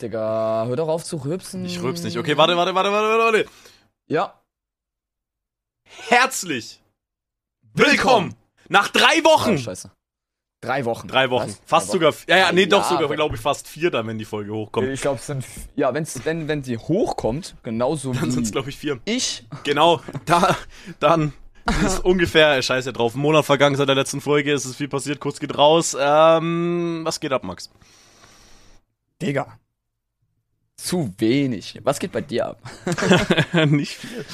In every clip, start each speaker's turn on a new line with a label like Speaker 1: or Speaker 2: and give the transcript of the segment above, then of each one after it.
Speaker 1: Digga, hör doch auf zu rübsen.
Speaker 2: Ich rülps nicht. Okay, warte, warte, warte, warte, warte, warte.
Speaker 1: Ja.
Speaker 2: Herzlich willkommen nach drei
Speaker 1: Ah,
Speaker 2: Wochen.
Speaker 1: scheiße. Drei Wochen.
Speaker 2: Drei Wochen.
Speaker 1: Was?
Speaker 2: Fast
Speaker 1: Drei
Speaker 2: sogar. Ja, ja, nee, doch
Speaker 1: Ja,
Speaker 2: sogar,
Speaker 1: aber-
Speaker 2: glaube ich, fast vier dann, wenn die Folge hochkommt.
Speaker 1: Ich glaube, es sind. f- Ja, wenn's, wenn, wenn sie hochkommt, genauso
Speaker 2: Dann sind es,
Speaker 1: wie
Speaker 2: glaube ich, vier.
Speaker 1: ich.
Speaker 2: Genau, da, dann ist ungefähr, äh, scheiße drauf, ein Monat vergangen seit der letzten Folge, es ist viel passiert, kurz geht raus. Ähm, was geht ab, Max?
Speaker 1: Digga. Zu wenig. Was geht bei dir ab?
Speaker 2: Nicht viel.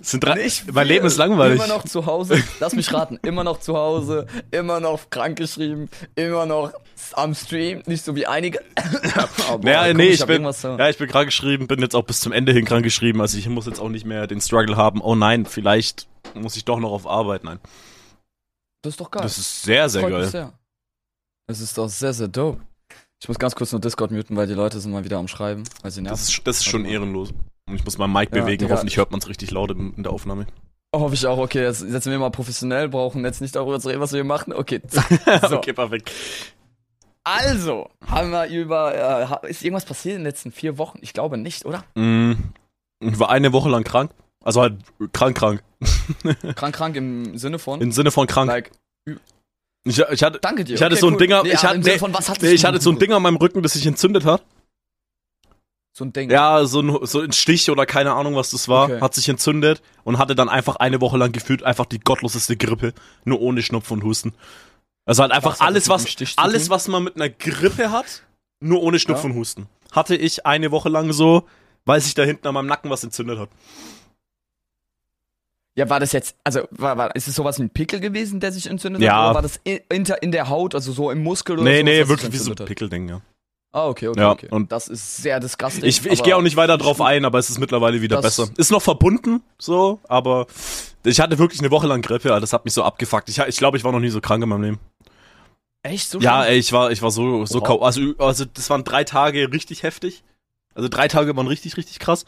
Speaker 2: Es sind drei,
Speaker 1: Nicht
Speaker 2: mein
Speaker 1: viel.
Speaker 2: Leben ist langweilig.
Speaker 1: Immer noch zu Hause. Lass mich raten. Immer noch zu Hause. Immer noch krankgeschrieben. Immer noch am Stream. Nicht so wie einige. oh, boah,
Speaker 2: naja,
Speaker 1: komm,
Speaker 2: nee, ich,
Speaker 1: hab
Speaker 2: bin,
Speaker 1: irgendwas so-
Speaker 2: ja, ich bin krank geschrieben, bin jetzt auch bis zum Ende hin krank geschrieben, also ich muss jetzt auch nicht mehr den Struggle haben. Oh nein, vielleicht muss ich doch noch auf Arbeit. Nein,
Speaker 1: Das ist doch geil.
Speaker 2: das ist sehr, sehr
Speaker 1: Freut mich
Speaker 2: geil.
Speaker 1: Sehr. Das ist doch sehr, sehr dope. Ich muss ganz kurz nur Discord muten, weil die Leute sind mal wieder am Schreiben, weil sie nerven.
Speaker 2: Das ist, das ist schon ehrenlos. Und ich muss mein Mic
Speaker 1: Ja,
Speaker 2: bewegen,
Speaker 1: Digga.
Speaker 2: hoffentlich hört man es richtig laut in in der Aufnahme.
Speaker 1: Hoffe ich auch, okay, jetzt setzen wir mal professionell, brauchen jetzt nicht darüber zu reden, was wir hier machen. Okay, So.
Speaker 2: Okay, perfekt.
Speaker 1: also, haben wir über, äh, ha- ist irgendwas passiert in den letzten vier Wochen? Ich glaube nicht, oder?
Speaker 2: Mm, Ich war eine Woche lang krank. Also halt krank, krank.
Speaker 1: Krank, krank im Sinne von,
Speaker 2: Im Sinne von krank.
Speaker 1: like,
Speaker 2: Ich, ich hatte,
Speaker 1: danke dir.
Speaker 2: Ich hatte so ein Dinger- ich
Speaker 1: aber
Speaker 2: hatte-
Speaker 1: im Sinne
Speaker 2: nee,
Speaker 1: von, was hattest
Speaker 2: nee, ich
Speaker 1: du?
Speaker 2: hatte so ein Ding an meinem Rücken, das sich entzündet hat.
Speaker 1: So ein Ding.
Speaker 2: Ja, so ein, so ein Stich oder keine Ahnung, was das war.
Speaker 1: Okay.
Speaker 2: Hat sich entzündet und hatte dann einfach eine Woche lang gefühlt einfach die gottloseste Grippe. Nur ohne Schnupfen und Husten. Also halt einfach
Speaker 1: hat
Speaker 2: alles,
Speaker 1: das mit
Speaker 2: was,
Speaker 1: dem Stich zu
Speaker 2: alles,
Speaker 1: tun?
Speaker 2: was man mit einer Grippe hat, nur ohne Schnupfen und Husten. Hatte ich eine Woche lang so, weil sich da hinten an meinem Nacken was entzündet hat.
Speaker 1: Ja, war das jetzt, also, war, war, ist es sowas wie ein Pickel gewesen, der sich entzündet
Speaker 2: Ja.
Speaker 1: hat? Oder war das in, inter, in der Haut, also so im Muskel oder
Speaker 2: Nee,
Speaker 1: sowas, was
Speaker 2: nee,
Speaker 1: sich
Speaker 2: wirklich wie so ein
Speaker 1: entzündet hat?
Speaker 2: Pickelding, ja.
Speaker 1: Ah, okay, okay,
Speaker 2: Ja,
Speaker 1: okay.
Speaker 2: und-
Speaker 1: das ist sehr disgusting.
Speaker 2: Ich, ich
Speaker 1: aber
Speaker 2: gehe auch nicht weiter drauf ein, aber es ist mittlerweile wieder
Speaker 1: Das-
Speaker 2: besser. Ist noch verbunden, so, aber ich hatte wirklich eine Woche lang Grippe, Alter, das hat mich so abgefuckt. Ich, ich glaube, ich war noch nie so krank in meinem Leben.
Speaker 1: Echt so
Speaker 2: Ja,
Speaker 1: schlimm?
Speaker 2: ey, ich war, ich war so, so
Speaker 1: Wow.
Speaker 2: kau. Also, also, das waren drei Tage richtig heftig. Also, drei Tage waren richtig, richtig krass.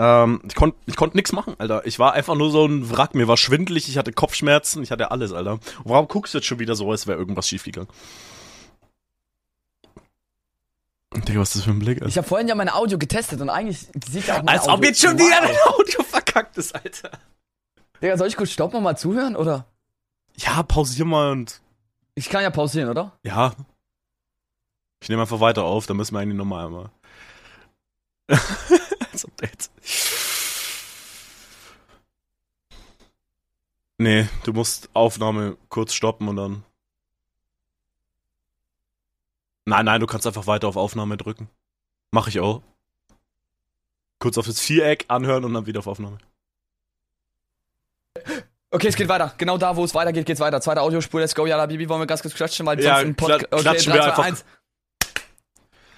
Speaker 2: Ähm, ich konnte ich konnt nix machen, Alter. Ich war einfach nur so ein Wrack. Mir war schwindelig, ich hatte Kopfschmerzen, ich hatte alles, Alter. Und warum guckst du jetzt schon wieder so, als wäre irgendwas schiefgegangen? Digga, was ist das für ein Blick, Alter?
Speaker 1: Ich habe vorhin ja mein Audio getestet und eigentlich sieht ja auch mein
Speaker 2: Als
Speaker 1: Audio
Speaker 2: ob jetzt schon
Speaker 1: Wow.
Speaker 2: wieder dein Audio verkackt ist, Alter.
Speaker 1: Digga, soll ich kurz stoppen und mal zuhören, oder?
Speaker 2: Ja, pausier mal und.
Speaker 1: Ich kann ja pausieren, oder?
Speaker 2: Ja. Ich nehme einfach weiter auf, dann müssen wir eigentlich nochmal einmal. Als ob der jetzt- Nee, du musst Aufnahme kurz stoppen und dann. Nein, nein, du kannst einfach weiter auf Aufnahme drücken. Mach ich auch. Kurz auf das Viereck anhören und dann wieder auf Aufnahme.
Speaker 1: Okay, es geht weiter. Genau da, wo es weitergeht, geht's weiter. Zweite Audiospur, let's go. Yalla, Bibi, wollen wir ganz kurz klatschen, weil
Speaker 2: Ja,
Speaker 1: sonst im Podcast...
Speaker 2: kla- klatschen wir einfach.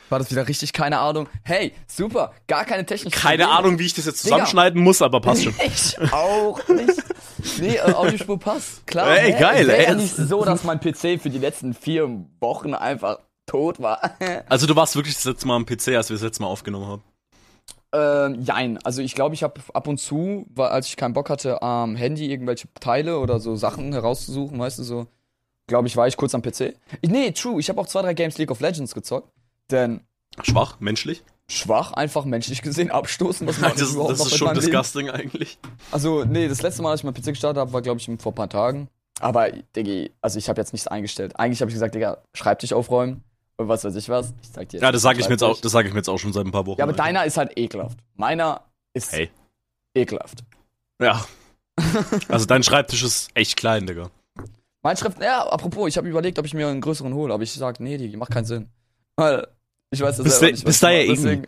Speaker 1: War das wieder richtig? Keine Ahnung. Hey, super. Gar keine technische
Speaker 2: Keine
Speaker 1: Probleme.
Speaker 2: Ahnung, wie ich das jetzt
Speaker 1: Digga.
Speaker 2: zusammenschneiden muss, aber passt schon.
Speaker 1: Ich auch nicht. Nee, äh, Audiospur passt. Klar.
Speaker 2: Ey,
Speaker 1: hä?
Speaker 2: geil,
Speaker 1: Es wär
Speaker 2: ey.
Speaker 1: ja nicht so, dass mein PC für die letzten vier Wochen einfach tot war.
Speaker 2: Also du warst wirklich das letzte Mal am PC, als wir das letzte Mal aufgenommen haben.
Speaker 1: Ähm, jein. Also ich glaube, ich habe ab und zu, weil, als ich keinen Bock hatte, am Handy irgendwelche Teile oder so Sachen herauszusuchen, weißt du, so, glaube ich, war ich kurz am PC. Ich, nee, true, ich habe auch zwei, drei Games League of Legends gezockt. Denn
Speaker 2: Schwach, menschlich.
Speaker 1: schwach, einfach menschlich gesehen, abstoßen, was man
Speaker 2: Das, ist-
Speaker 1: überhaupt
Speaker 2: das
Speaker 1: noch
Speaker 2: ist
Speaker 1: mit
Speaker 2: schon
Speaker 1: meinem Leben-
Speaker 2: disgusting eigentlich.
Speaker 1: Also, nee, das letzte Mal, als ich meinen PC gestartet habe, war, glaube ich, vor ein paar Tagen. Aber, Diggi, also ich habe jetzt nichts eingestellt. Eigentlich habe ich gesagt, Digga, Schreibtisch aufräumen und was weiß ich was. Ich sag dir jetzt
Speaker 2: Ja, das sage ich mir jetzt auch,
Speaker 1: Schreibtisch.
Speaker 2: das sage ich mir jetzt auch schon seit ein paar Wochen. ne?
Speaker 1: Ja, aber
Speaker 2: Alter.
Speaker 1: deiner ist halt ekelhaft. Meiner ist
Speaker 2: Hey.
Speaker 1: ekelhaft.
Speaker 2: Ja. Also dein Schreibtisch ist echt klein, Digga.
Speaker 1: Mein Schrift, ja, apropos, ich habe überlegt, ob ich mir einen größeren hole, aber ich sag, nee, die macht keinen Sinn. Weil ich weiß das
Speaker 2: Bist
Speaker 1: selber
Speaker 2: du-
Speaker 1: nicht.
Speaker 2: bist
Speaker 1: was
Speaker 2: da
Speaker 1: ich
Speaker 2: ja
Speaker 1: mache.
Speaker 2: eben.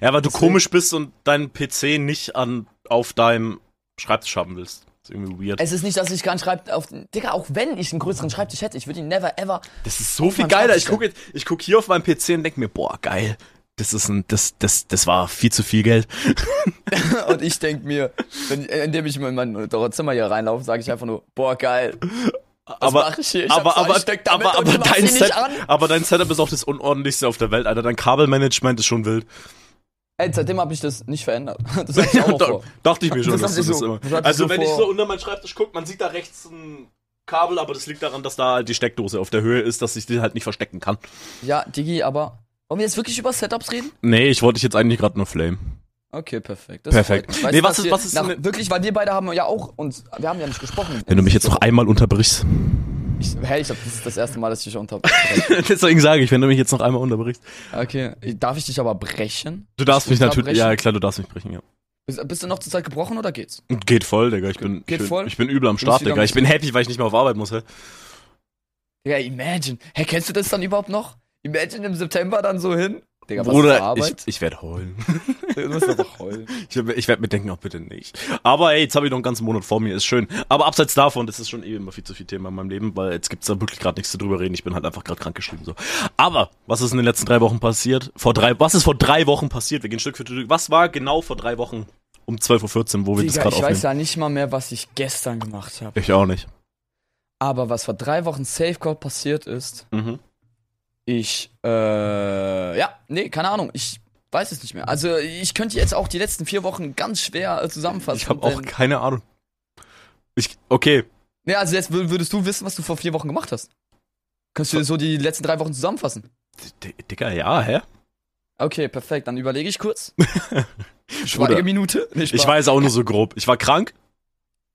Speaker 2: Ja, weil du
Speaker 1: Deswegen-
Speaker 2: komisch bist und deinen PC nicht an auf deinem Schreibtisch haben willst. Ist irgendwie weird.
Speaker 1: Es ist nicht, dass ich keinen Schreibtisch auf Digga, auch wenn ich einen größeren Schreibtisch hätte, ich würde ihn never ever.
Speaker 2: Das ist so viel
Speaker 1: meinem
Speaker 2: geiler.
Speaker 1: Schreibtisch
Speaker 2: Ich gucke ich guck hier auf meinem PC und denk mir, boah, geil. Das ist ein das das das war viel zu viel Geld.
Speaker 1: Und ich denk mir, wenn, indem ich in mein Zimmer hier reinlaufe, sage ich einfach nur, boah geil, was
Speaker 2: aber,
Speaker 1: mache ich hier? Ich
Speaker 2: aber,
Speaker 1: hab's
Speaker 2: aber,
Speaker 1: angesteckt damit
Speaker 2: aber,
Speaker 1: und
Speaker 2: aber,
Speaker 1: ich mach
Speaker 2: dein
Speaker 1: sie nicht
Speaker 2: Set,
Speaker 1: an.
Speaker 2: aber dein Setup ist auch das unordentlichste auf der Welt, Alter. Dein Kabelmanagement ist schon wild.
Speaker 1: Ey, seitdem habe ich das nicht verändert. Das hab ich auch noch
Speaker 2: Da-
Speaker 1: vor.
Speaker 2: Dachte ich mir schon.
Speaker 1: Das
Speaker 2: dass
Speaker 1: hatte
Speaker 2: du
Speaker 1: ich so-
Speaker 2: immer.
Speaker 1: das hatte ich
Speaker 2: Also
Speaker 1: so
Speaker 2: wenn ich
Speaker 1: vor-
Speaker 2: so unter meinen Schreibtisch gucke, man sieht da rechts ein Kabel, aber das liegt daran, dass da halt die Steckdose auf der Höhe ist, dass ich die halt nicht verstecken kann.
Speaker 1: Ja, Digi, aber. Wollen wir jetzt wirklich über Setups reden?
Speaker 2: Nee, ich wollte dich jetzt eigentlich gerade nur flame.
Speaker 1: Okay, perfekt. Das
Speaker 2: Perfekt.
Speaker 1: freut mich. Weißt
Speaker 2: Nee,
Speaker 1: du,
Speaker 2: was
Speaker 1: dass
Speaker 2: ist-
Speaker 1: wir
Speaker 2: was ist
Speaker 1: nach,
Speaker 2: denn-
Speaker 1: Wirklich, weil wir beide haben ja auch uns. Wir haben ja nicht gesprochen.
Speaker 2: Wenn du mich jetzt noch einmal unterbrichst.
Speaker 1: Ich, hä, ich glaube, das ist das erste Mal, dass ich dich unter.
Speaker 2: Deswegen sage ich, wenn du mich jetzt noch einmal unterbrichst.
Speaker 1: Okay. Darf ich dich aber brechen?
Speaker 2: Du darfst mich natürlich.
Speaker 1: Unterbrechen?
Speaker 2: Ja, klar, du darfst mich brechen, ja.
Speaker 1: Bist, bist du noch zur Zeit gebrochen oder geht's?
Speaker 2: Geht voll, Digga. Ich bin,
Speaker 1: Geht
Speaker 2: ich bin,
Speaker 1: voll?
Speaker 2: Ich bin übel am
Speaker 1: Du musst
Speaker 2: Start,
Speaker 1: wieder
Speaker 2: Digga.
Speaker 1: ein
Speaker 2: Ich bin happy, weil ich nicht mehr auf Arbeit muss. Hä?
Speaker 1: Digga, imagine. Hä, kennst du das dann überhaupt noch? Imagine im September dann so hin? Digga, was ist
Speaker 2: Bruder, ich,
Speaker 1: Arbeit?
Speaker 2: ich werde heulen.
Speaker 1: du musst aber heulen.
Speaker 2: Ich, werd- ich werde mir denken, auch bitte nicht. Aber ey, jetzt habe ich noch einen ganzen Monat vor mir, ist schön. Aber abseits davon, das ist schon eh immer viel zu viel Thema in meinem Leben, weil jetzt gibt's da wirklich gerade nichts zu drüber reden. Ich bin halt einfach gerade krank geschrieben so. Aber was ist in den letzten drei Wochen passiert? Vor drei, was ist vor drei Wochen passiert? Wir gehen Stück für Stück. Was war genau vor drei Wochen um 12.14 Uhr, wo wir das
Speaker 1: Digga,
Speaker 2: gerade
Speaker 1: ich weiß ja
Speaker 2: aufnehmen?
Speaker 1: nicht mal mehr, was ich gestern gemacht habe.
Speaker 2: Ich auch nicht.
Speaker 1: Aber was vor drei Wochen Safeguard passiert ist,
Speaker 2: Mhm.
Speaker 1: ich, äh, ja, nee, keine Ahnung, ich weiß es nicht mehr. Also, ich könnte jetzt auch die letzten vier Wochen ganz schwer äh, zusammenfassen.
Speaker 2: Ich habe auch
Speaker 1: denn-
Speaker 2: keine Ahnung. Ich, okay,
Speaker 1: Nee, also jetzt wür- würdest du wissen, was du vor vier Wochen gemacht hast. Könntest du so die letzten drei Wochen zusammenfassen?
Speaker 2: D Digga, ja, hä?
Speaker 1: Okay, perfekt, dann überlege ich kurz.
Speaker 2: Bruder.
Speaker 1: Schweigeminute. Nee,
Speaker 2: Ich
Speaker 1: Spaß.
Speaker 2: weiß auch nur so grob. Ich war krank.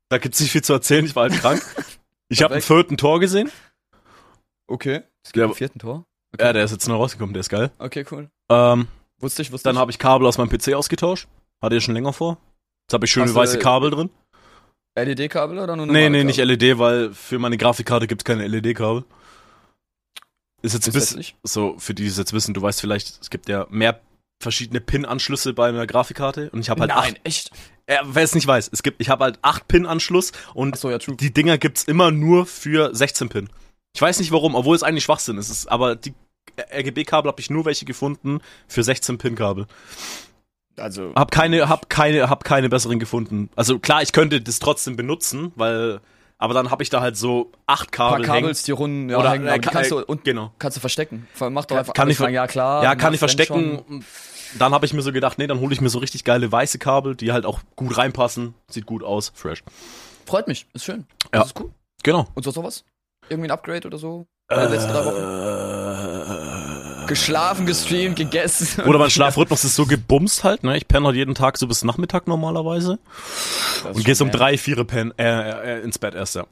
Speaker 2: Da gibt's nicht viel zu erzählen. Ich war halt krank. Ich habe einen
Speaker 1: Perfekt.
Speaker 2: vierten Tor gesehen.
Speaker 1: Okay. Es
Speaker 2: Ja,
Speaker 1: gibt
Speaker 2: aber-
Speaker 1: ein vierten Tor.
Speaker 2: Ja, der ist jetzt noch rausgekommen. Der ist geil.
Speaker 1: Okay, cool.
Speaker 2: Ähm,
Speaker 1: Wusste ich, wusste
Speaker 2: dann
Speaker 1: ich.
Speaker 2: habe ich Kabel aus meinem PC ausgetauscht. Hatte ich schon länger vor. Jetzt habe ich schöne
Speaker 1: Hast du,
Speaker 2: weiße
Speaker 1: äh,
Speaker 2: Kabel drin.
Speaker 1: LED-Kabel E oder nur
Speaker 2: Nee, nee, nicht E
Speaker 1: LED.
Speaker 2: LED, weil für meine Grafikkarte gibt's keine LED-Kabel. Ist jetzt ein bisschen,
Speaker 1: Grundsätzlich.
Speaker 2: so, für die, die es jetzt wissen, du weißt vielleicht, es gibt ja mehr verschiedene Pin-Anschlüsse bei einer Grafikkarte und ich habe halt
Speaker 1: Nein,
Speaker 2: acht,
Speaker 1: echt?
Speaker 2: äh, wer es nicht weiß, es gibt, ich habe halt acht Pin-Anschluss und
Speaker 1: Achso, ja, true.
Speaker 2: die Dinger gibt's immer nur für 16 Pin. Ich weiß nicht warum, obwohl es eigentlich Schwachsinn ist. Es ist aber die RGB-Kabel habe ich nur welche gefunden für 16 Pin-Kabel.
Speaker 1: Also,
Speaker 2: Hab keine, hab keine, hab keine besseren gefunden. Also klar, ich könnte das trotzdem benutzen, weil, aber dann habe ich da halt so acht
Speaker 1: ein paar
Speaker 2: Kabel. hängen.
Speaker 1: Kabels, die runden, ja,
Speaker 2: Oder,
Speaker 1: hängen,
Speaker 2: äh,
Speaker 1: aber die
Speaker 2: kann-
Speaker 1: kannst
Speaker 2: äh,
Speaker 1: du, und
Speaker 2: genau.
Speaker 1: kannst du verstecken. Ver- Mach doch einfach
Speaker 2: kann
Speaker 1: alles
Speaker 2: ich ver-
Speaker 1: rein, ja klar.
Speaker 2: Ja, kann
Speaker 1: mach
Speaker 2: ich
Speaker 1: wenn
Speaker 2: verstecken.
Speaker 1: schon.
Speaker 2: Dann habe ich mir so gedacht, nee, dann hole ich mir so richtig geile weiße Kabel, die halt auch gut reinpassen. Sieht gut aus, fresh.
Speaker 1: Freut mich, ist schön.
Speaker 2: Ja.
Speaker 1: Das ist cool.
Speaker 2: Genau.
Speaker 1: Und sonst noch was? Irgendwie ein Upgrade oder so? Äh, letzte drei Wochen. Äh. Geschlafen, gestreamt, gegessen.
Speaker 2: Oder mein Schlafrhythmus ist so gebumst halt, ne? Ich penne halt jeden Tag so bis Nachmittag normalerweise.
Speaker 1: Das
Speaker 2: Und
Speaker 1: ist
Speaker 2: gehst
Speaker 1: schon
Speaker 2: um
Speaker 1: mad.
Speaker 2: drei, vier pen, äh, äh, ins Bett erst, ja.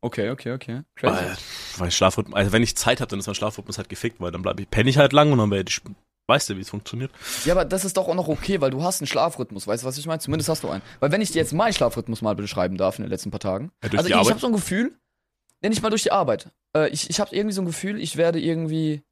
Speaker 1: Okay, okay, okay. Crazy.
Speaker 2: Weil, weil Schlafrhythmus, also wenn ich Zeit habe, dann ist mein Schlafrhythmus halt gefickt, weil dann bleib ich, penne ich halt lang und dann werde ich, weißt du, wie es funktioniert.
Speaker 1: Ja, aber das ist doch auch noch okay, weil du hast einen Schlafrhythmus, weißt du, was ich meine? Zumindest hast du einen. Weil wenn ich dir jetzt meinen Schlafrhythmus mal beschreiben darf in den letzten paar Tagen.
Speaker 2: Ja, durch
Speaker 1: also
Speaker 2: die
Speaker 1: ich
Speaker 2: Arbeit?
Speaker 1: habe so ein Gefühl, nenn ich mal durch die Arbeit. Äh, ich ich habe irgendwie so ein Gefühl, ich werde irgendwie.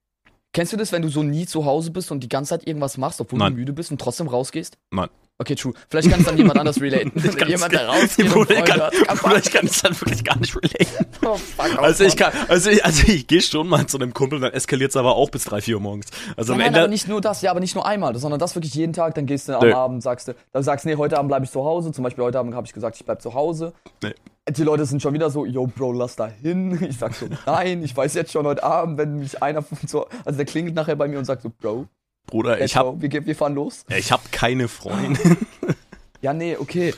Speaker 1: Kennst du das, wenn du so nie zu Hause bist und die ganze Zeit irgendwas machst, obwohl
Speaker 2: Nein.
Speaker 1: du müde bist und trotzdem rausgehst?
Speaker 2: Nein. genau.
Speaker 1: Okay, true. Vielleicht kann es dann jemand anders relaten.
Speaker 2: kann's
Speaker 1: jemand
Speaker 2: ge-
Speaker 1: da rausgeht und
Speaker 2: Bruder, ich
Speaker 1: Freunde
Speaker 2: kann,
Speaker 1: hat. Kaputt.
Speaker 2: Bruder, ich kann es halt wirklich gar nicht relaten.
Speaker 1: Oh, fuck, auf,
Speaker 2: Also ich
Speaker 1: Mann.
Speaker 2: kann, also ich, also ich gehe schon mal zu einem Kumpel, dann eskaliert's aber auch bis drei, vier Uhr morgens. Also am
Speaker 1: Nein, nein,
Speaker 2: Ende,
Speaker 1: aber nicht nur das, ja, aber nicht nur einmal, sondern das wirklich jeden Tag, dann gehst du am
Speaker 2: Nö.
Speaker 1: Abend, sagst du, dann sagst du, nee, heute Abend bleibe ich zu Hause, zum Beispiel heute Abend habe ich gesagt, ich bleib zu Hause.
Speaker 2: Nee.
Speaker 1: Die Leute sind schon wieder so, yo, Bro, lass da hin. Ich sag so, nein, ich weiß jetzt schon heute Abend, wenn mich einer von so, also der klingelt nachher bei mir und sagt so, Bro,
Speaker 2: Bruder,
Speaker 1: let's
Speaker 2: ich habe
Speaker 1: go, wir, gehen- wir fahren los.
Speaker 2: ich hab keine Freunde.
Speaker 1: Ja, nee, okay.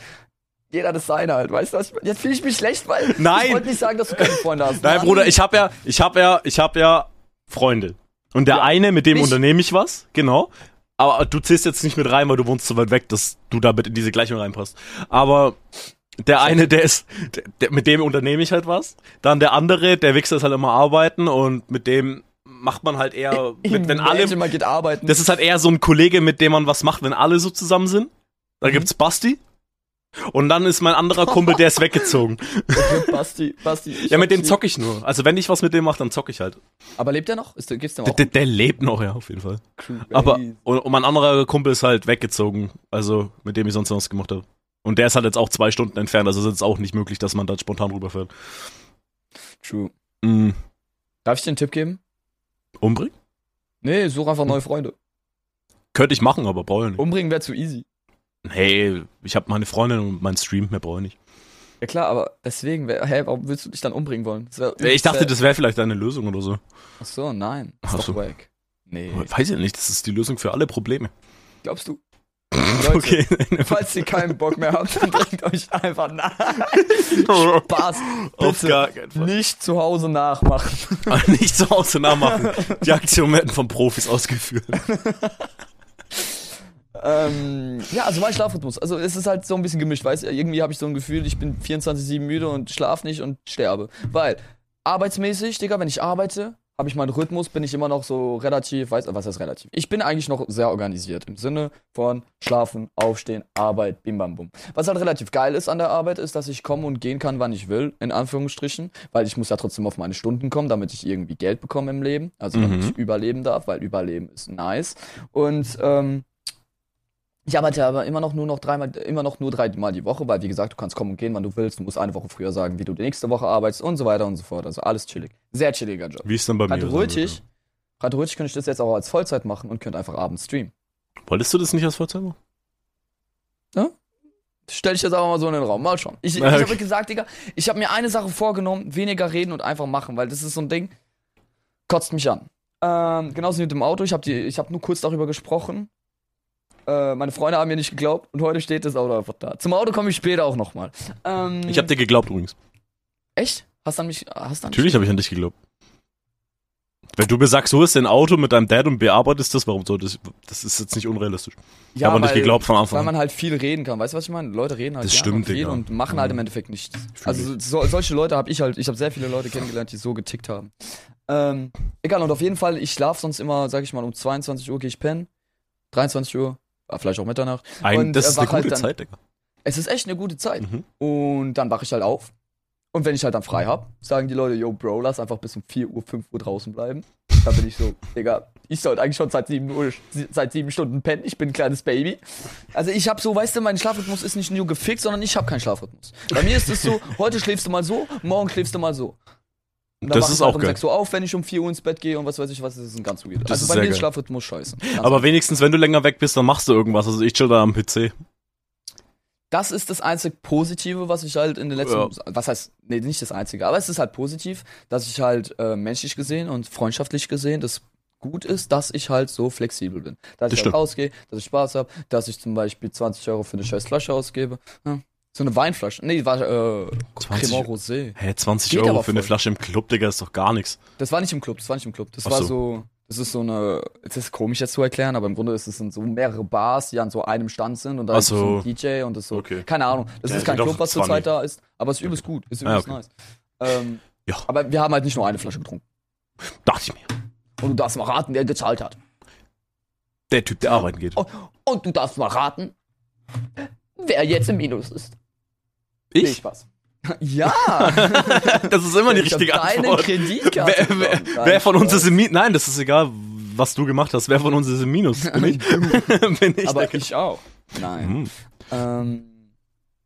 Speaker 1: Jeder das seine halt, weißt du was? ich mein? Jetzt fühle ich mich schlecht, weil
Speaker 2: Nein.
Speaker 1: ich wollte nicht sagen, dass du keine Freunde hast.
Speaker 2: Nein,
Speaker 1: Mann.
Speaker 2: Bruder, ich habe ja, ich habe ja, ich habe ja Freunde. Und der
Speaker 1: Ja,
Speaker 2: eine, mit dem
Speaker 1: mich.
Speaker 2: unternehme ich was, genau. Aber du zählst jetzt nicht mit rein, weil du wohnst so weit weg, dass du da bitte in diese Gleichung reinpasst. Aber der eine, der ist, der, der, mit dem unternehme ich halt was. Dann der andere, der Wichser ist halt immer arbeiten und mit dem macht man halt eher, mit, wenn alle,
Speaker 1: Imagine, man geht arbeiten.
Speaker 2: das ist halt eher so ein Kollege, mit dem man was macht, wenn alle so zusammen sind.
Speaker 1: Mhm.
Speaker 2: Da gibt's Basti. Und dann ist mein anderer Kumpel, der ist weggezogen.
Speaker 1: Basti, Basti. ich
Speaker 2: Ja, mit
Speaker 1: hab
Speaker 2: dem
Speaker 1: sie.
Speaker 2: zocke ich nur. Also wenn ich was mit dem mache, dann zocke ich halt.
Speaker 1: Aber lebt er noch? Ist, der- gibt's dem
Speaker 2: Der,
Speaker 1: auch?
Speaker 2: der, der lebt noch, ja, auf jeden Fall.
Speaker 1: Crazy.
Speaker 2: Aber und, und mein anderer Kumpel ist halt weggezogen, also mit dem ich sonst noch was gemacht habe. Und der ist halt jetzt auch zwei Stunden entfernt, also ist jetzt auch nicht möglich, dass man da spontan rüberfährt.
Speaker 1: True.
Speaker 2: Mhm.
Speaker 1: Darf ich dir einen Tipp geben?
Speaker 2: Umbringen?
Speaker 1: Nee, such einfach
Speaker 2: Hm.
Speaker 1: neue Freunde.
Speaker 2: Könnte ich machen, aber brauche ich nicht.
Speaker 1: Umbringen wäre zu easy.
Speaker 2: Hey, ich habe meine Freundin und meinen Stream, mehr brauche ich nicht.
Speaker 1: Ja klar, aber deswegen, wär, hä, warum willst du dich dann umbringen wollen? Das wär-
Speaker 2: Ich dachte,
Speaker 1: wär-
Speaker 2: das wäre vielleicht eine Lösung oder so.
Speaker 1: Ach so, nein. Ist
Speaker 2: Ach
Speaker 1: doch
Speaker 2: so.
Speaker 1: wack. Nee.
Speaker 2: Weiß ich nicht, das ist die Lösung für alle Probleme.
Speaker 1: Glaubst du? Leute,
Speaker 2: Okay.
Speaker 1: falls ihr keinen Bock mehr habt, dann trinkt euch einfach nach. Spaß.
Speaker 2: Oh. Auf gar
Speaker 1: Bitte
Speaker 2: keinen Fall.
Speaker 1: nicht zu Hause nachmachen.
Speaker 2: Aber Nicht zu Hause nachmachen. Die Aktion werden von Profis ausgeführt.
Speaker 1: Ähm, ja, also mein Schlafrhythmus. Also es ist halt so ein bisschen gemischt, weißt du? Irgendwie habe ich so ein Gefühl, ich bin 24-7 müde und schlaf nicht und sterbe. Weil arbeitsmäßig, Digga, wenn ich arbeite, habe ich meinen Rhythmus, bin ich immer noch so relativ, weißt du, was heißt relativ? Ich bin eigentlich noch sehr organisiert im Sinne von Schlafen, Aufstehen, Arbeit, bim bam bum. Was halt relativ geil ist an der Arbeit, ist, dass ich kommen und gehen kann, wann ich will, in Anführungsstrichen, weil ich muss ja trotzdem auf meine Stunden kommen, damit ich irgendwie Geld bekomme im Leben, also damit ich überleben darf, weil überleben ist nice. Und, ähm, ich arbeite aber immer noch nur noch dreimal, immer noch nur dreimal die Woche, weil wie gesagt, du kannst kommen und gehen, wann du willst. Du musst eine Woche früher sagen, wie du die nächste Woche arbeitest und so weiter und so fort. Also alles chillig. Sehr chilliger Job.
Speaker 2: Wie ist denn bei mir?
Speaker 1: Rein theoretisch, rein theoretisch könnte ich das jetzt auch als Vollzeit machen und könnte einfach abends streamen.
Speaker 2: Wolltest du das nicht als Vollzeit machen?
Speaker 1: Stell ich jetzt auch mal so in den Raum. Mal schauen. Ich, ich
Speaker 2: Na, okay.
Speaker 1: habe gesagt, Digga, ich habe mir eine Sache vorgenommen, weniger reden und einfach machen, weil das ist so ein Ding, kotzt mich an. Ähm, genauso wie mit dem Auto. Ich habe die- ich habe nur kurz darüber gesprochen. Äh, meine Freunde haben mir nicht geglaubt und heute steht das Auto einfach da. Zum Auto komme ich später auch nochmal. Ähm,
Speaker 2: Ich hab dir geglaubt übrigens.
Speaker 1: Echt? Hast du an mich. Hast du an
Speaker 2: Natürlich habe ich an dich geglaubt. Wenn du mir sagst, so ist dein Auto mit deinem Dad und bearbeitest das, warum solltest du. Das ist jetzt nicht unrealistisch.
Speaker 1: mich?
Speaker 2: Ich hab an dich
Speaker 1: weil-
Speaker 2: geglaubt von Anfang
Speaker 1: Weil
Speaker 2: an.
Speaker 1: man halt viel reden kann. Weißt du, was ich meine? Leute reden halt
Speaker 2: Das
Speaker 1: gerne
Speaker 2: stimmt,
Speaker 1: viel
Speaker 2: Digga.
Speaker 1: und machen halt
Speaker 2: Mhm.
Speaker 1: im Endeffekt nichts.
Speaker 2: fühl
Speaker 1: Also so, solche Leute habe ich halt, ich habe sehr viele Leute kennengelernt, die so getickt haben. Ähm, egal, und auf jeden Fall, ich schlafe sonst immer, sag ich mal, um 22 Uhr gehe ich pennen, 23 Uhr, ah, vielleicht auch Mitternacht.
Speaker 2: Ein,
Speaker 1: und,
Speaker 2: das
Speaker 1: äh,
Speaker 2: ist eine
Speaker 1: wach halt
Speaker 2: gute
Speaker 1: dann-
Speaker 2: Zeit, Digga.
Speaker 1: Es ist echt eine gute Zeit.
Speaker 2: Mhm.
Speaker 1: Und dann wache ich halt auf. Und wenn ich halt dann frei habe, sagen die Leute, yo, Bro, lass einfach bis um 4 Uhr, 5 Uhr draußen bleiben. Da bin ich so, Digga, ich sollte eigentlich schon seit 7 Uhr, seit 7 Stunden pennen, ich bin ein kleines Baby. Also ich habe so, weißt du, mein Schlafrhythmus ist nicht nur gefixt, sondern ich habe keinen Schlafrhythmus. Bei mir ist es so, heute schläfst du mal so, morgen schläfst du mal so. Und
Speaker 2: Das
Speaker 1: mach ich
Speaker 2: ist
Speaker 1: halt
Speaker 2: auch
Speaker 1: um
Speaker 2: geil.
Speaker 1: 6 Uhr auf, wenn ich um 4 Uhr ins Bett gehe und was weiß ich was, das ist ein ganz weird.
Speaker 2: Das
Speaker 1: Also
Speaker 2: ist
Speaker 1: bei
Speaker 2: sehr
Speaker 1: mir ist
Speaker 2: geil.
Speaker 1: Schlafrhythmus scheiße. Ganz
Speaker 2: Aber wenigstens, wenn du länger weg bist, dann machst du irgendwas. Also ich chill da am PC.
Speaker 1: Das ist das einzig Positive, was ich halt in den letzten,
Speaker 2: Ja.
Speaker 1: was heißt, nee, nicht das einzige, aber es ist halt positiv, dass ich halt äh, menschlich gesehen und freundschaftlich gesehen das gut ist, dass ich halt so flexibel bin. Dass
Speaker 2: Das
Speaker 1: ich
Speaker 2: stimmt.
Speaker 1: halt ausgehe, dass ich Spaß habe, dass ich zum Beispiel 20 Euro für eine scheiß Flasche ausgebe. Ja. So eine Weinflasche. Nee, war äh,
Speaker 2: 20
Speaker 1: Cremant Rosé.
Speaker 2: Hä, 20
Speaker 1: Geht
Speaker 2: Euro
Speaker 1: aber
Speaker 2: für eine
Speaker 1: voll.
Speaker 2: Flasche im Club, Digga, ist doch gar nichts.
Speaker 1: Das war nicht im Club, das war nicht im Club. Das
Speaker 2: Ach
Speaker 1: war
Speaker 2: so.
Speaker 1: so, das ist so eine, es ist komisch jetzt zu erklären, aber im Grunde ist es sind so mehrere Bars, die an so einem Stand sind und da
Speaker 2: Ach
Speaker 1: ist so
Speaker 2: so.
Speaker 1: ein DJ und das so.
Speaker 2: Okay.
Speaker 1: Keine Ahnung, das
Speaker 2: Ja,
Speaker 1: ist kein
Speaker 2: geht
Speaker 1: Club,
Speaker 2: auf
Speaker 1: was
Speaker 2: 20.
Speaker 1: zurzeit da ist, aber es ist übelst gut, ist
Speaker 2: Ah,
Speaker 1: übelst
Speaker 2: okay.
Speaker 1: nice. Ähm,
Speaker 2: Ja.
Speaker 1: Aber wir haben halt nicht nur eine Flasche getrunken.
Speaker 2: Dachte ich mir.
Speaker 1: Und du darfst mal raten, wer gezahlt hat.
Speaker 2: Der Typ, der arbeiten geht.
Speaker 1: Und, und du darfst mal raten, wer jetzt im Minus ist. Nee, Spaß. Ja,
Speaker 2: Das ist immer die richtige
Speaker 1: ich hab deine
Speaker 2: Antwort.
Speaker 1: Kreditkarte.
Speaker 2: Wer, wer,
Speaker 1: bekommen.
Speaker 2: wer von uns ist im Minus? Nein, das ist egal, was du gemacht hast. Wer von uns ist im Minus? Bin ich? Bin ich
Speaker 1: Aber
Speaker 2: Digga.
Speaker 1: ich auch. Nein.
Speaker 2: Hm.
Speaker 1: Ähm,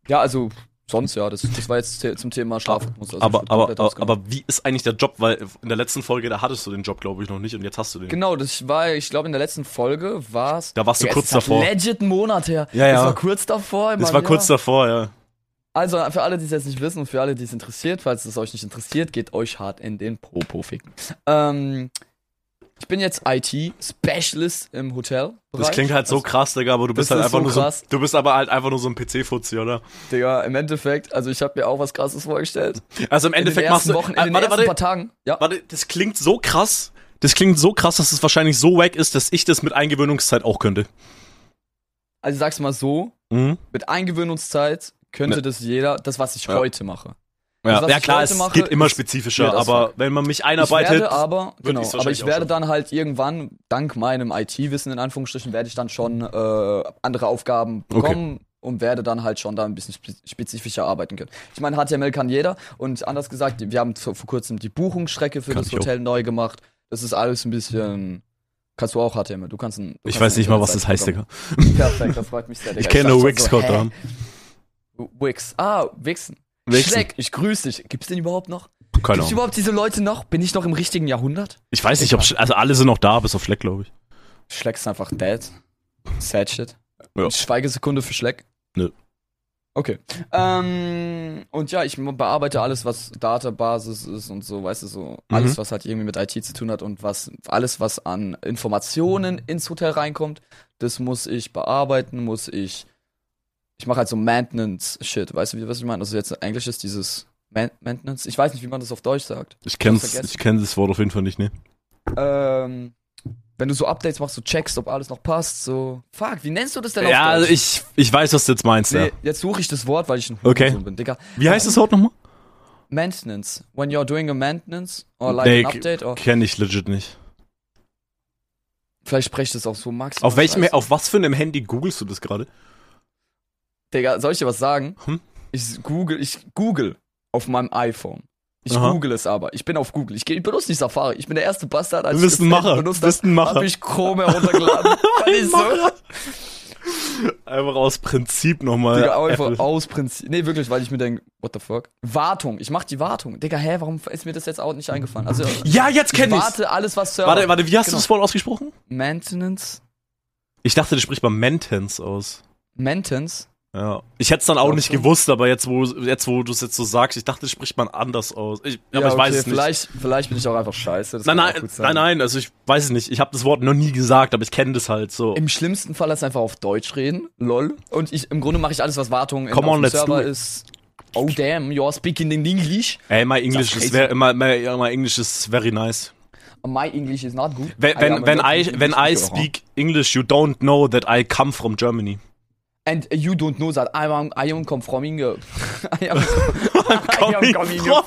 Speaker 1: ja, also sonst ja, das, das war jetzt the- zum Thema Schlafrhythmus. Also ich
Speaker 2: aber,
Speaker 1: würd
Speaker 2: aber,
Speaker 1: komplett
Speaker 2: aber,
Speaker 1: ausgenommen.
Speaker 2: aber wie ist eigentlich der Job? Weil in der letzten Folge, da hattest du den Job, glaube ich, noch nicht und jetzt hast du den.
Speaker 1: Genau, das war, ich glaube, in der letzten Folge war es.
Speaker 2: Da warst du kurz davor.
Speaker 1: Legit einen Monat her.
Speaker 2: Ja, ja.
Speaker 1: Das war kurz davor.
Speaker 2: Das
Speaker 1: Mann,
Speaker 2: war
Speaker 1: ja.
Speaker 2: kurz davor, ja.
Speaker 1: Also für alle, die es jetzt nicht wissen und für alle, die es interessiert, falls es euch nicht interessiert, geht euch hart in den Popo ficken. Ähm, ich bin jetzt IT-Specialist im Also, Hotel.
Speaker 2: Das klingt halt so krass, Digga, aber du bist
Speaker 1: Das
Speaker 2: halt
Speaker 1: ist
Speaker 2: einfach
Speaker 1: so
Speaker 2: nur so,
Speaker 1: krass.
Speaker 2: du bist aber halt einfach nur so ein PC-Fuzzi, oder?
Speaker 1: Digga, im Endeffekt, also ich habe mir auch was krasses vorgestellt.
Speaker 2: Also im
Speaker 1: In den
Speaker 2: Endeffekt machst
Speaker 1: ersten
Speaker 2: du,
Speaker 1: Wochen, in
Speaker 2: Ah,
Speaker 1: den
Speaker 2: warte,
Speaker 1: ersten
Speaker 2: warte,
Speaker 1: paar Tagen. Ja.
Speaker 2: warte, das klingt so krass. Das klingt so krass, dass es wahrscheinlich so wack ist, dass ich das mit Eingewöhnungszeit auch könnte.
Speaker 1: Also sag's mal so,
Speaker 2: Mhm.
Speaker 1: mit Eingewöhnungszeit könnte
Speaker 2: Ja.
Speaker 1: das jeder, das was ich
Speaker 2: Ne. Ja.
Speaker 1: heute mache.
Speaker 2: Ja,
Speaker 1: Das, Also was
Speaker 2: ja
Speaker 1: ich
Speaker 2: klar,
Speaker 1: heute
Speaker 2: es
Speaker 1: mache,
Speaker 2: geht immer
Speaker 1: ist-
Speaker 2: spezifischer,
Speaker 1: Ja, das
Speaker 2: aber
Speaker 1: fuck.
Speaker 2: wenn man mich
Speaker 1: Ich
Speaker 2: einarbeitet,
Speaker 1: werde aber, genau, aber
Speaker 2: ich's
Speaker 1: ich
Speaker 2: wahrscheinlich auch
Speaker 1: werde
Speaker 2: so.
Speaker 1: dann halt irgendwann, dank meinem IT-Wissen in Anführungsstrichen, werde ich dann schon äh, andere Aufgaben
Speaker 2: Okay.
Speaker 1: bekommen und werde dann halt schon da ein bisschen spe- spezifischer arbeiten können. Ich meine, HTML kann jeder und anders gesagt, wir haben zu- vor kurzem die Buchungsstrecke für
Speaker 2: Kann
Speaker 1: das
Speaker 2: ich auch.
Speaker 1: Hotel neu gemacht. Das ist alles ein bisschen. Kannst du auch HTML? Du kannst ein, du
Speaker 2: ich
Speaker 1: kannst
Speaker 2: weiß
Speaker 1: eine
Speaker 2: nicht mal, was das
Speaker 1: Internetseite
Speaker 2: heißt,
Speaker 1: programmieren.
Speaker 2: Digga.
Speaker 1: Perfekt, das freut mich sehr, Digga.
Speaker 2: Ich kenne
Speaker 1: dachte
Speaker 2: nur
Speaker 1: schon
Speaker 2: Wix-Code
Speaker 1: hä?
Speaker 2: da.
Speaker 1: Wix. Ah, Wixen.
Speaker 2: Wixen.
Speaker 1: Schleck, ich grüße dich. Gibt's den überhaupt noch?
Speaker 2: Keine
Speaker 1: Gibt's
Speaker 2: Ahnung.
Speaker 1: überhaupt diese Leute noch? Bin ich noch im richtigen Jahrhundert?
Speaker 2: Ich weiß nicht, ob, Sch- also alle sind noch da, bis auf Schleck, glaube ich.
Speaker 1: Schleck ist einfach dead. Sad shit.
Speaker 2: Ja.
Speaker 1: Schweigesekunde für Schleck.
Speaker 2: Nö.
Speaker 1: Okay. Ähm, und ja, ich bearbeite alles, was Databasis ist und so, weißt du, so alles,
Speaker 2: Mhm.
Speaker 1: was halt irgendwie mit IT zu tun hat und was alles, was an Informationen ins Hotel reinkommt, das muss ich bearbeiten, muss ich. Ich mache halt so Maintenance-Shit, weißt du, wie, was ich meine? Also jetzt Englisch ist dieses Man Maintenance. Ich weiß nicht, wie man das auf Deutsch sagt.
Speaker 2: Ich kenn's,
Speaker 1: vergessen.
Speaker 2: ich kenn das Wort auf jeden Fall nicht, ne?
Speaker 1: Ähm, wenn du so Updates machst, du checkst, ob alles noch passt, so. Fuck, wie nennst du das denn
Speaker 2: Ja,
Speaker 1: auf
Speaker 2: also
Speaker 1: Deutsch?
Speaker 2: ich, ich weiß, was du jetzt meinst,
Speaker 1: nee, äh,
Speaker 2: ja.
Speaker 1: jetzt suche ich das Wort, weil ich ein
Speaker 2: Okay.
Speaker 1: Hurensohn bin, Digga.
Speaker 2: Wie heißt das Wort nochmal?
Speaker 1: Maintenance. When you're doing a maintenance or like
Speaker 2: Nee,
Speaker 1: an update or
Speaker 2: Kenn ich legit nicht.
Speaker 1: vielleicht spreche ich das auch so Max.
Speaker 2: Auf welchem,
Speaker 1: Scheiße.
Speaker 2: auf was für einem Handy googelst du das gerade?
Speaker 1: Digga, soll ich dir was sagen?
Speaker 2: Hm?
Speaker 1: Ich google, ich google auf meinem iPhone. Ich
Speaker 2: Aha.
Speaker 1: google es aber. Ich bin auf Google. Ich, geh- ich benutze nicht Safari. Ich bin der erste Bastard, als
Speaker 2: Du bist
Speaker 1: Also ich
Speaker 2: ein
Speaker 1: das
Speaker 2: Macher. Du
Speaker 1: benutzt
Speaker 2: bist ein
Speaker 1: habe,
Speaker 2: Macher.
Speaker 1: habe ich Chrome heruntergeladen. Weil ich so,
Speaker 2: Einfach aus Prinzip nochmal.
Speaker 1: Digga,
Speaker 2: Apple.
Speaker 1: einfach aus Prinzip. Nee, wirklich, weil ich mir denke, what the fuck? Wartung. Ich mach die Wartung. Digga, hä, warum ist mir das jetzt auch nicht eingefallen? Also, ich
Speaker 2: Ja, jetzt kenn ich's.
Speaker 1: warte alles, was Server.
Speaker 2: Warte, warte, wie hast
Speaker 1: Genau.
Speaker 2: du das Wort ausgesprochen?
Speaker 1: Maintenance?
Speaker 2: Ich dachte, das spricht man Mentance aus.
Speaker 1: Maintenance?
Speaker 2: Ja. Ich hätte es dann auch
Speaker 1: Glaubst
Speaker 2: nicht
Speaker 1: du?
Speaker 2: gewusst, aber jetzt, wo, jetzt, wo du es jetzt so sagst, ich dachte, das spricht man anders aus. Ich, aber ich weiß es nicht.
Speaker 1: vielleicht, nicht. Vielleicht bin ich auch einfach scheiße. das
Speaker 2: Nein,
Speaker 1: kann auch
Speaker 2: nein,
Speaker 1: gut sein.
Speaker 2: nein, nein, also ich weiß es nicht. Ich habe das Wort noch nie gesagt, aber ich kenne das halt so.
Speaker 1: Im schlimmsten Fall lass einfach auf Deutsch reden. Lol. Und ich, im Grunde mache ich alles, was Wartung in,
Speaker 2: Come
Speaker 1: auf
Speaker 2: on,
Speaker 1: dem
Speaker 2: let's
Speaker 1: Server
Speaker 2: do it.
Speaker 1: ist. Oh damn, you're speaking in English.
Speaker 2: Ey, my English
Speaker 1: Das
Speaker 2: is
Speaker 1: ist
Speaker 2: very, my, my, my English is very nice.
Speaker 1: My English is not good.
Speaker 2: When,
Speaker 1: I
Speaker 2: when,
Speaker 1: am a
Speaker 2: when
Speaker 1: lot
Speaker 2: I
Speaker 1: of
Speaker 2: when I
Speaker 1: English speaker.
Speaker 2: speak English, you don't know that I come from Germany.
Speaker 1: And you don't know that I am, I am come from Inge. I am, I am
Speaker 2: Coming
Speaker 1: coming
Speaker 2: from-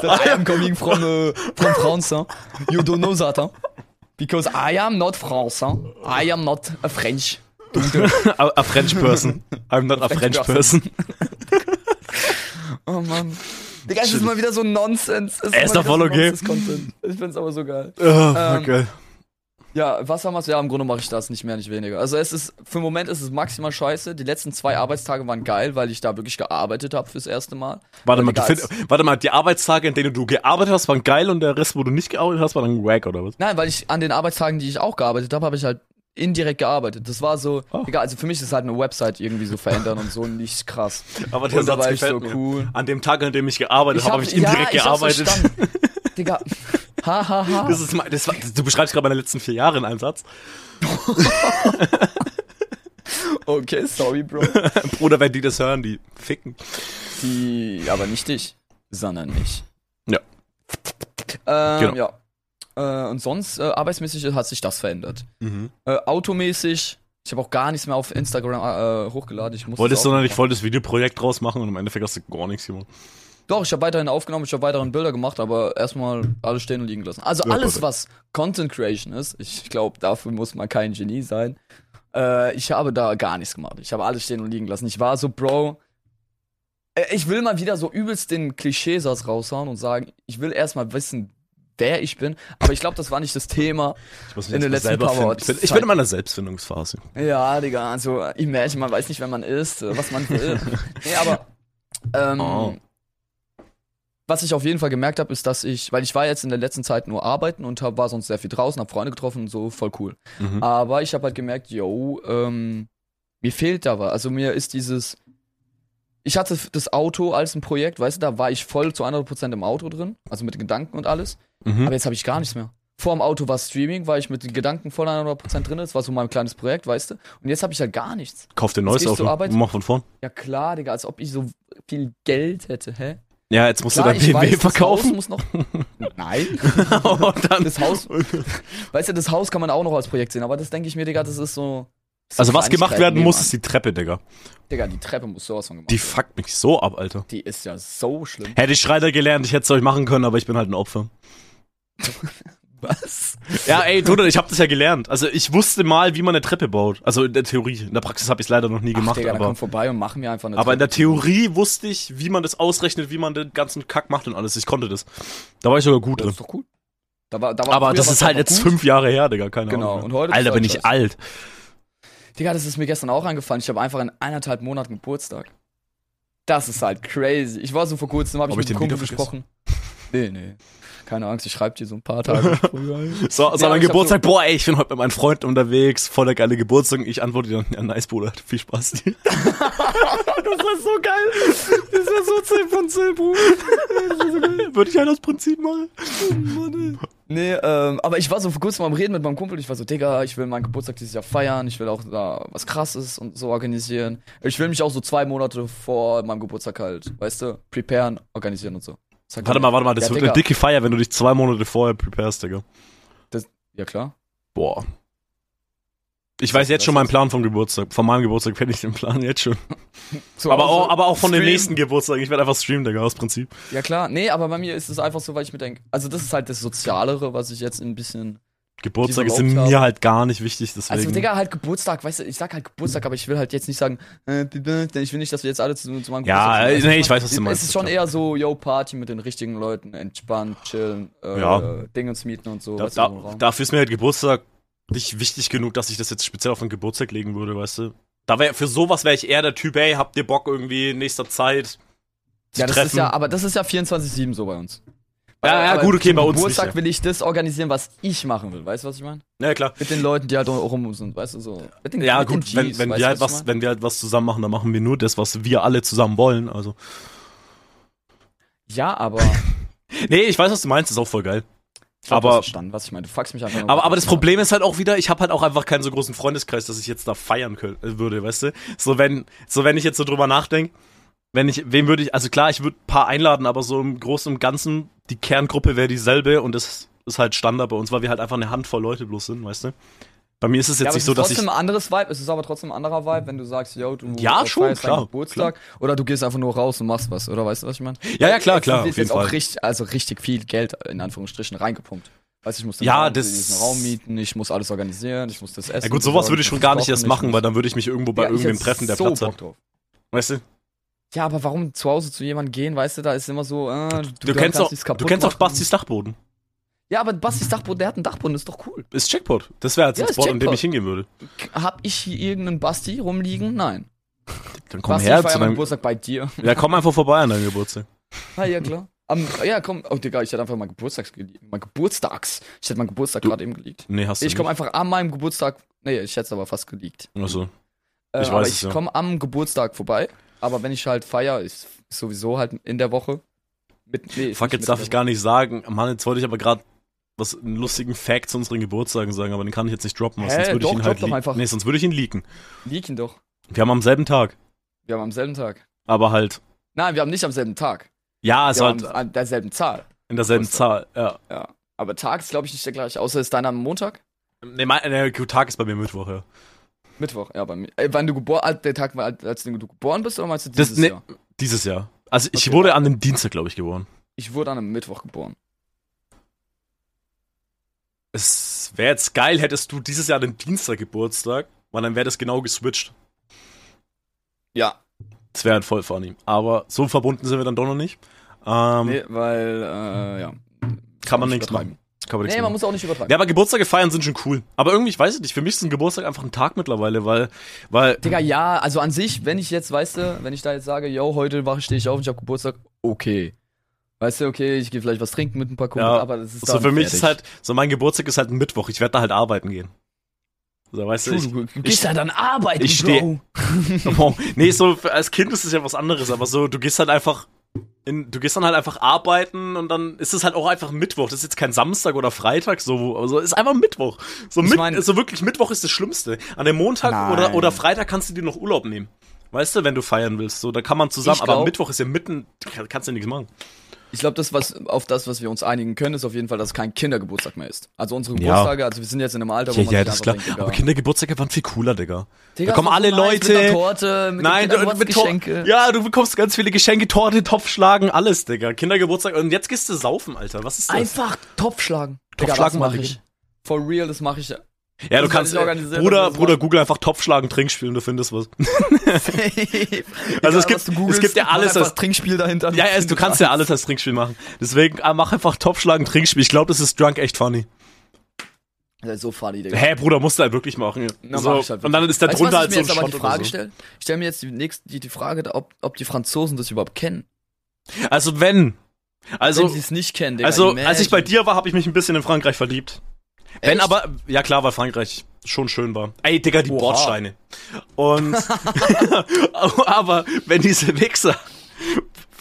Speaker 1: that I am coming from, uh, from France. Huh? You don't know that, huh? Because I am not France. Huh? I am not a French.
Speaker 2: a, a French person. I'm not a
Speaker 1: French
Speaker 2: French person.
Speaker 1: Oh Mann. Digga, es ist mal wieder so Nonsense. Es
Speaker 2: Ey, ist
Speaker 1: mal
Speaker 2: doch
Speaker 1: wieder
Speaker 2: voll okay.
Speaker 1: so Nonsense-Content. Ich find's aber so geil.
Speaker 2: Oh,
Speaker 1: Ähm,
Speaker 2: fuck, ey.
Speaker 1: Ja, was haben wir? Ja, im Grunde mache ich das nicht mehr, nicht weniger. Also es ist, für den Moment ist es maximal scheiße. Die letzten zwei Arbeitstage waren geil, weil ich da wirklich gearbeitet habe fürs erste Mal.
Speaker 2: Warte mal, du
Speaker 1: Digga,
Speaker 2: find,
Speaker 1: als-
Speaker 2: warte mal, die Arbeitstage, an denen du gearbeitet hast, waren geil und der Rest, wo du nicht gearbeitet hast, war dann wack oder was?
Speaker 1: Nein, weil ich an den Arbeitstagen, die ich auch gearbeitet habe, habe ich halt indirekt gearbeitet. Das war so,
Speaker 2: Oh.
Speaker 1: egal, also für mich ist halt eine Website irgendwie so verändern und so nicht krass.
Speaker 2: Aber der
Speaker 1: Und da
Speaker 2: Satz
Speaker 1: war ich so
Speaker 2: gefällt mir.
Speaker 1: cool.
Speaker 2: An dem Tag, an dem ich gearbeitet habe, habe ich indirekt
Speaker 1: ja,
Speaker 2: gearbeitet.
Speaker 1: Ich hab's verstanden. Digga, ha, ha, ha.
Speaker 2: das ist mein, das war, du beschreibst gerade meine letzten vier Jahre in einem Satz.
Speaker 1: Okay, sorry, Bro.
Speaker 2: Bruder, wenn die das hören, die ficken.
Speaker 1: Die, aber nicht dich, sondern mich.
Speaker 2: Ja.
Speaker 1: Ähm,
Speaker 2: Genau.
Speaker 1: ja. Äh, und sonst, äh, arbeitsmäßig hat sich das verändert.
Speaker 2: Mhm.
Speaker 1: Äh, automäßig, ich habe auch gar nichts mehr auf Instagram äh, hochgeladen. Ich muss
Speaker 2: Wolltest
Speaker 1: das
Speaker 2: du
Speaker 1: auch
Speaker 2: noch nicht voll das Videoprojekt draus machen und im Endeffekt hast du gar nichts gemacht.
Speaker 1: Doch, ich habe weiterhin aufgenommen, ich habe weiterhin Bilder gemacht, aber erstmal alles stehen und liegen lassen. Also
Speaker 2: Ja,
Speaker 1: alles,
Speaker 2: perfekt.
Speaker 1: was Content Creation ist, ich glaube, dafür muss man kein Genie sein. Äh, ich habe da gar nichts gemacht. Ich habe alles stehen und liegen lassen. Ich war so, Bro, äh, ich will mal wieder so übelst den Klischeesatz raushauen und sagen, ich will erstmal wissen, wer ich bin. Aber ich glaube, das war nicht das Thema.
Speaker 2: Ich muss mich
Speaker 1: In
Speaker 2: jetzt
Speaker 1: den
Speaker 2: mal
Speaker 1: letzten
Speaker 2: selber
Speaker 1: paar
Speaker 2: finden.
Speaker 1: Worten.
Speaker 2: Ich bin, ich bin in meiner Selbstfindungsphase.
Speaker 1: Ja, Digga, also imagine, man weiß nicht, wer man ist, äh, was man will. nee, aber ähm,
Speaker 2: Oh.
Speaker 1: was ich auf jeden Fall gemerkt habe, ist, dass ich, weil ich war jetzt in der letzten Zeit nur arbeiten und hab, war sonst sehr viel draußen, habe Freunde getroffen und so, voll cool.
Speaker 2: Mhm.
Speaker 1: Aber ich habe halt gemerkt, yo, ähm, mir fehlt da was. Also mir ist dieses, ich hatte f- das Auto als ein Projekt, weißt du, da war ich voll zu 100% im Auto drin, also mit Gedanken und alles.
Speaker 2: Mhm.
Speaker 1: Aber jetzt habe ich gar nichts mehr. Vor dem Auto war Streaming, weil ich mit den Gedanken voll 100% drin ist. War so mein kleines Projekt, weißt du? Und jetzt habe ich halt gar nichts.
Speaker 2: Kauf dir ein neues
Speaker 1: gehst du
Speaker 2: Auto.
Speaker 1: arbeiten?
Speaker 2: Mach von vorn.
Speaker 1: Ja klar, Digga, als ob ich so viel Geld hätte, hä?
Speaker 2: Ja, jetzt musst
Speaker 1: Klar,
Speaker 2: du
Speaker 1: ich
Speaker 2: dein BMW
Speaker 1: weiß,
Speaker 2: verkaufen.
Speaker 1: Das Haus muss noch. Nein.
Speaker 2: und dann
Speaker 1: Das Haus, weißt du, das Haus kann man auch noch als Projekt sehen, aber das denke ich mir, Digga, das ist so. das sind
Speaker 2: Also was gemacht
Speaker 1: Kleinigkeiten
Speaker 2: werden muss,
Speaker 1: nebenan.
Speaker 2: ist die Treppe, Digga.
Speaker 1: Digga, die Treppe muss sowas von gemacht
Speaker 2: Die fuckt mich so ab, Alter.
Speaker 1: Die ist ja so schlimm.
Speaker 2: Hätte ich Schreiter gelernt, ich hätte es euch machen können, aber ich bin halt ein Opfer.
Speaker 1: Was?
Speaker 2: Ja, ey, Bruder, ich habe das ja gelernt. Also ich wusste mal, wie man eine Treppe baut. Also in der Theorie. In der Praxis habe ich leider noch nie
Speaker 1: Ach,
Speaker 2: gemacht.
Speaker 1: Digga, dann
Speaker 2: aber,
Speaker 1: komm vorbei und machen wir einfach eine
Speaker 2: aber in der
Speaker 1: Treppe.
Speaker 2: Theorie wusste ich, wie man das ausrechnet, wie man den ganzen Kack macht und alles. Ich konnte das. Da war ich sogar gut
Speaker 1: Das
Speaker 2: drin.
Speaker 1: ist doch cool. Da war, da war
Speaker 2: Aber
Speaker 1: früher
Speaker 2: das
Speaker 1: war's
Speaker 2: ist halt
Speaker 1: einfach
Speaker 2: jetzt
Speaker 1: gut.
Speaker 2: fünf Jahre her, Digga. Keine
Speaker 1: Genau,
Speaker 2: Ahnung.
Speaker 1: und heute ist
Speaker 2: Alter,
Speaker 1: es
Speaker 2: bin
Speaker 1: halt
Speaker 2: ich
Speaker 1: scheiße.
Speaker 2: alt.
Speaker 1: Digga, das ist mir gestern auch angefallen. Ich habe einfach in eineinhalb Monaten Geburtstag. Das ist halt crazy. Ich war so vor kurzem, habe ich
Speaker 2: Hab
Speaker 1: mit
Speaker 2: ich
Speaker 1: dem
Speaker 2: den
Speaker 1: Kumpel
Speaker 2: wieder vergessen?
Speaker 1: gesprochen. Nee, nee. Keine Angst, ich schreibe dir so ein paar Tage Oh, früher.
Speaker 2: So, halt so
Speaker 1: Ja,
Speaker 2: mein
Speaker 1: ich hab
Speaker 2: Geburtstag, boah, ey, ich bin heute mit meinen Freunden unterwegs, voll der geile Geburtstag. Ich antworte dir dann, ja, nice, Bruder, viel Spaß dir.
Speaker 1: Das ist so geil. Das ist so 10 von 10, Bruder.
Speaker 2: Würde ich halt aus Prinzip machen.
Speaker 1: Nee, ähm, aber ich war so vor kurzem am Reden mit meinem Kumpel. Ich war so, Digga, ich will meinen Geburtstag dieses Jahr feiern. Ich will auch da was Krasses und so organisieren. Ich will mich auch so zwei Monate vor meinem Geburtstag halt, weißt du, preparen, organisieren und so. Sagt
Speaker 2: Warte
Speaker 1: er,
Speaker 2: mal, warte mal, das
Speaker 1: Ja,
Speaker 2: wird
Speaker 1: Digga.
Speaker 2: eine dicke Feier, wenn du dich zwei Monate vorher preparest, Digga.
Speaker 1: Ja, klar.
Speaker 2: Boah. Ich weiß jetzt schon meinen Plan vom Geburtstag. Von meinem Geburtstag kenne ich den Plan jetzt schon.
Speaker 1: So,
Speaker 2: Aber
Speaker 1: also,
Speaker 2: auch, aber auch von den
Speaker 1: streamen.
Speaker 2: nächsten Geburtstagen. Ich werde einfach streamen, Digga, aus Prinzip.
Speaker 1: Ja, klar. Nee, aber bei mir ist es einfach so, weil ich mir denke, also das ist halt das Sozialere, was ich jetzt ein bisschen
Speaker 2: Geburtstag
Speaker 1: Diese
Speaker 2: ist in
Speaker 1: Hauptsache.
Speaker 2: mir halt gar nicht wichtig, deswegen.
Speaker 1: Also, Digga, halt Geburtstag, weißt du, ich sag halt Geburtstag, aber ich will halt jetzt nicht sagen, äh, happy birthday, ich will nicht, dass wir jetzt alle zu, zu meinem
Speaker 2: Ja,
Speaker 1: kommen.
Speaker 2: äh,
Speaker 1: Weißt
Speaker 2: nee, ich weiß, was du meinst,
Speaker 1: Es ist schon eher so, yo, Party mit den richtigen Leuten, entspannt, chillen, äh,
Speaker 2: Ja.
Speaker 1: Dingens mieten und so.
Speaker 2: da,
Speaker 1: weißt du,
Speaker 2: da,
Speaker 1: so im Raum.
Speaker 2: dafür ist mir halt Geburtstag nicht wichtig genug, dass ich das jetzt speziell auf den Geburtstag legen würde, weißt du? Da wär, für sowas wäre ich eher der Typ, ey, habt ihr Bock irgendwie in nächster Zeit zu
Speaker 1: ja, das
Speaker 2: treffen?
Speaker 1: ist ja, aber das ist ja 24-7 so bei uns.
Speaker 2: Ja,
Speaker 1: Aber-
Speaker 2: ja,
Speaker 1: aber
Speaker 2: gut, okay,
Speaker 1: zum
Speaker 2: bei uns
Speaker 1: Geburtstag
Speaker 2: nicht,
Speaker 1: will ich das organisieren, was ich machen will. Weißt du, was ich meine?
Speaker 2: ja, klar.
Speaker 1: Mit den Leuten, die halt rum sind, weißt du, so. Mit den,
Speaker 2: Ja,
Speaker 1: mit den
Speaker 2: gut, wenn,
Speaker 1: Gs,
Speaker 2: wenn,
Speaker 1: weißt
Speaker 2: wir
Speaker 1: du,
Speaker 2: halt
Speaker 1: ich
Speaker 2: was,
Speaker 1: meine?
Speaker 2: wenn wir halt was zusammen machen, dann machen wir nur das, was wir alle zusammen wollen. Also.
Speaker 1: Ja, aber.
Speaker 2: Nee, ich weiß, was du meinst, ist auch voll geil.
Speaker 1: Ich glaub,
Speaker 2: Aber-
Speaker 1: du hast verstanden, was ich meine. Du fuckst mich einfach nur.
Speaker 2: Aber, aber das Problem ist halt auch wieder, ich habe halt auch einfach keinen so großen Freundeskreis, dass ich jetzt da feiern kö- äh, würde, weißt du? So wenn, so wenn ich jetzt so drüber nachdenke, wenn ich, wem würde ich, also klar, ich würde ein paar einladen, aber so im Großen und Ganzen, die Kerngruppe wäre dieselbe und das ist halt Standard bei uns, weil wir halt einfach eine Handvoll Leute bloß sind, weißt du? Bei mir ist es jetzt
Speaker 1: Ja, aber
Speaker 2: nicht
Speaker 1: es
Speaker 2: so,
Speaker 1: ist
Speaker 2: dass ich.
Speaker 1: trotzdem ein anderes Vibe, es ist aber trotzdem ein anderer Vibe, wenn du sagst, yo, du
Speaker 2: Ja,
Speaker 1: äh,
Speaker 2: schon,
Speaker 1: feierst deinen
Speaker 2: klar,
Speaker 1: Geburtstag oder du gehst einfach nur raus und machst was, oder weißt du, was ich meine?
Speaker 2: Ja, ja, klar, klar,
Speaker 1: Es
Speaker 2: auf
Speaker 1: wird
Speaker 2: jeden
Speaker 1: jetzt auch
Speaker 2: Fall.
Speaker 1: richtig, also richtig viel Geld in Anführungsstrichen reingepumpt. Weißt du, ich muss den
Speaker 2: Ja,
Speaker 1: Raum,
Speaker 2: das-
Speaker 1: diesen Raum mieten, ich muss alles organisieren, ich muss das essen.
Speaker 2: Ja gut, sowas würde ich schon gar nicht erst machen, weil
Speaker 1: weil
Speaker 2: dann würde ich mich irgendwo bei irgendwem treffen, der
Speaker 1: so
Speaker 2: Platz
Speaker 1: Bock
Speaker 2: hat.
Speaker 1: Drauf.
Speaker 2: Weißt du?
Speaker 1: Ja, aber warum zu Hause zu jemandem gehen, weißt du, da ist immer so, äh, du,
Speaker 2: Du, kennst
Speaker 1: kannst
Speaker 2: doch,
Speaker 1: nichts
Speaker 2: du
Speaker 1: kaputt
Speaker 2: kennst doch
Speaker 1: machen.
Speaker 2: Bastis Dachboden.
Speaker 1: Ja, aber Bastis Dachboden, der hat einen Dachboden, ist doch cool.
Speaker 2: Ist Checkpot. Das wäre halt so
Speaker 1: Ja,
Speaker 2: ein
Speaker 1: ist
Speaker 2: Spot, an dem
Speaker 1: Jackpot.
Speaker 2: ich hingehen würde.
Speaker 1: Hab ich hier irgendeinen Basti rumliegen? Nein.
Speaker 2: Dann komm
Speaker 1: Basti,
Speaker 2: her
Speaker 1: ich
Speaker 2: zu
Speaker 1: feier meinen
Speaker 2: deinem.
Speaker 1: Geburtstag bei dir.
Speaker 2: Ja, komm einfach vorbei an deinem Geburtstag.
Speaker 1: Ah, ja, klar. Am, ja, komm. Oh, Digga, ich hätte einfach mal Geburtstags geliegt. Mein Geburtstags. Ich hätte meinen Geburtstag gerade eben geleakt.
Speaker 2: Nee, hast du
Speaker 1: Ich komme einfach an meinem Geburtstag. Nee, ich hätte es aber fast geleakt.
Speaker 2: nicht. Also, Achso.
Speaker 1: Äh,
Speaker 2: Ich weiß
Speaker 1: aber
Speaker 2: es,
Speaker 1: ich
Speaker 2: ja.
Speaker 1: komme am Geburtstag vorbei. Aber wenn ich halt feier, ist ist sowieso halt in der Woche. Mit, nee, ist
Speaker 2: Fuck,
Speaker 1: nicht mit
Speaker 2: jetzt darf
Speaker 1: der
Speaker 2: ich gar nicht sagen. Mann, jetzt wollte ich aber gerade was einen lustigen Fact zu unseren Geburtstagen sagen, aber den kann ich jetzt nicht droppen, weil
Speaker 1: Hä?
Speaker 2: sonst würde ich
Speaker 1: Doch,
Speaker 2: ihn halt
Speaker 1: drop doch
Speaker 2: leak-
Speaker 1: einfach.
Speaker 2: Nee, sonst würde ich ihn leaken.
Speaker 1: Woche. Leak ihn doch.
Speaker 2: Wir haben am selben Tag,
Speaker 1: Wir haben am selben Tag.
Speaker 2: aber halt
Speaker 1: Nein, wir haben nicht am selben Tag.
Speaker 2: ja, es
Speaker 1: Wir
Speaker 2: war
Speaker 1: haben
Speaker 2: halt
Speaker 1: an derselben Zahl.
Speaker 2: in derselben Zahl. Ja.
Speaker 1: Ja. Aber Tag ist, glaube ich, nicht der gleiche. Außer ist deiner am Montag?
Speaker 2: Nee, mein nee, gut, Tag ist bei mir Mittwoch, ja.
Speaker 1: Mittwoch, ja, bei mir. Äh, wann du geboren, ah, der Tag, als du geboren bist, oder meinst du
Speaker 2: Das- ne-
Speaker 1: dieses
Speaker 2: nee.
Speaker 1: Jahr?
Speaker 2: Dieses Jahr. Also, ich
Speaker 1: Okay.
Speaker 2: wurde an dem Dienstag, glaube ich, geboren.
Speaker 1: Ich wurde an einem Mittwoch geboren.
Speaker 2: Es wäre jetzt geil, hättest du dieses Jahr den Dienstag Geburtstag, weil dann wäre das genau geswitcht.
Speaker 1: Ja,
Speaker 2: Das wäre halt voll funny. Aber so verbunden sind wir dann doch noch nicht. Ähm,
Speaker 1: Nee, weil, äh, ja.
Speaker 2: Kann man
Speaker 1: Nicht
Speaker 2: nichts machen. Kann man nichts
Speaker 1: Nee,
Speaker 2: machen.
Speaker 1: man muss auch nicht übertreiben.
Speaker 2: Ja, aber Geburtstage feiern sind schon cool. Aber irgendwie, ich weiß es nicht, für mich ist ein Geburtstag einfach ein Tag mittlerweile, weil, weil,
Speaker 1: Digga, ja, also an sich, wenn ich jetzt, weißt du, wenn ich da jetzt sage, yo, heute wache stehe ich auf und ich habe Geburtstag, okay. Weißt du, okay, ich gehe vielleicht was trinken mit ein paar Kumpels,
Speaker 2: Ja,
Speaker 1: aber das ist
Speaker 2: so
Speaker 1: dann
Speaker 2: für mich ist
Speaker 1: fertig.
Speaker 2: halt, so mein Geburtstag ist halt ein Mittwoch, ich werde da halt arbeiten gehen. So, weißt du, ich,
Speaker 1: du, du gehst da dann arbeiten,
Speaker 2: ich steh-
Speaker 1: Bro.
Speaker 2: oh, nee, so, für- als Kind ist es ja was anderes, aber so, du gehst halt einfach, in, du gehst dann halt einfach arbeiten und dann ist es halt auch einfach Mittwoch. Das ist jetzt kein Samstag oder Freitag, so, wo- also ist einfach Mittwoch. So, mit,
Speaker 1: mein-
Speaker 2: so wirklich Mittwoch ist das Schlimmste. An dem Montag
Speaker 1: Nein.
Speaker 2: oder, oder Freitag kannst du dir noch Urlaub nehmen. Weißt du, wenn du feiern willst, so, da kann man zusammen,
Speaker 1: Ich
Speaker 2: aber
Speaker 1: glaub-
Speaker 2: Mittwoch ist ja mitten, kannst du ja nichts machen.
Speaker 1: Ich glaube, das, was auf das, was wir uns einigen können, ist auf jeden Fall, dass es kein Kindergeburtstag mehr ist. Also unsere
Speaker 2: Ja.
Speaker 1: Geburtstage, also wir sind jetzt in einem Alter, wo
Speaker 2: Ja,
Speaker 1: man
Speaker 2: ja,
Speaker 1: sich
Speaker 2: das ist
Speaker 1: einfach
Speaker 2: klar.
Speaker 1: denkt,
Speaker 2: Aber
Speaker 1: Digga,
Speaker 2: Kindergeburtstage waren viel cooler, Digga.
Speaker 1: Digga,
Speaker 2: da kommen
Speaker 1: ist
Speaker 2: alle
Speaker 1: so nice,
Speaker 2: Leute.
Speaker 1: Mit einer Torte, mit
Speaker 2: Nein,
Speaker 1: den
Speaker 2: du,
Speaker 1: Kindern,
Speaker 2: mit Tor-
Speaker 1: Geschenke.
Speaker 2: ja, du bekommst ganz viele Geschenke, Torte, Topfschlagen, alles, Digga. Kindergeburtstag. Und jetzt gehst du saufen, Alter. Was ist das?
Speaker 1: Einfach Topf schlagen. Digga,
Speaker 2: Topfschlagen
Speaker 1: das mach
Speaker 2: mach ich.
Speaker 1: ich. For real, das mache ich
Speaker 2: ja, du
Speaker 1: das
Speaker 2: kannst.
Speaker 1: soll ich organisieren, dass wir
Speaker 2: Bruder,
Speaker 1: das
Speaker 2: Bruder,
Speaker 1: machen.
Speaker 2: google einfach Topfschlagen, Trinkspiel und du findest was.
Speaker 1: also
Speaker 2: es gibt- es gibt ja alles,
Speaker 1: das
Speaker 2: das-
Speaker 1: Trinkspiel dahinter.
Speaker 2: Ja, ja, du kannst ja alles als Trinkspiel machen. Deswegen ah, mach einfach Topfschlagen, Trinkspiel. Ich glaube, das ist drunk echt funny.
Speaker 1: Das ist so funny, Digga.
Speaker 2: Hä, hey, Bruder, musst du halt wirklich machen.
Speaker 1: Na,
Speaker 2: so,
Speaker 1: mach ich halt
Speaker 2: und dann ist da
Speaker 1: Weißt du,
Speaker 2: drunter
Speaker 1: was
Speaker 2: halt
Speaker 1: ich
Speaker 2: so
Speaker 1: mir jetzt
Speaker 2: ein
Speaker 1: aber
Speaker 2: Shot
Speaker 1: die
Speaker 2: oder
Speaker 1: Frage
Speaker 2: so.
Speaker 1: stelle? Ich stelle mir jetzt die, nächste, die, die Frage, ob, ob die Franzosen das überhaupt kennen.
Speaker 2: Also wenn,
Speaker 1: Also,
Speaker 2: Also,
Speaker 1: wenn sie es nicht kennen, Digga.
Speaker 2: also als ich bei
Speaker 1: imagine.
Speaker 2: dir war, habe ich mich ein bisschen in Frankreich verliebt. Wenn
Speaker 1: Echt?
Speaker 2: aber, ja klar, weil Frankreich schon schön war. Ey, Digga, die
Speaker 1: Oha.
Speaker 2: Bordsteine. Und, aber wenn diese Wichser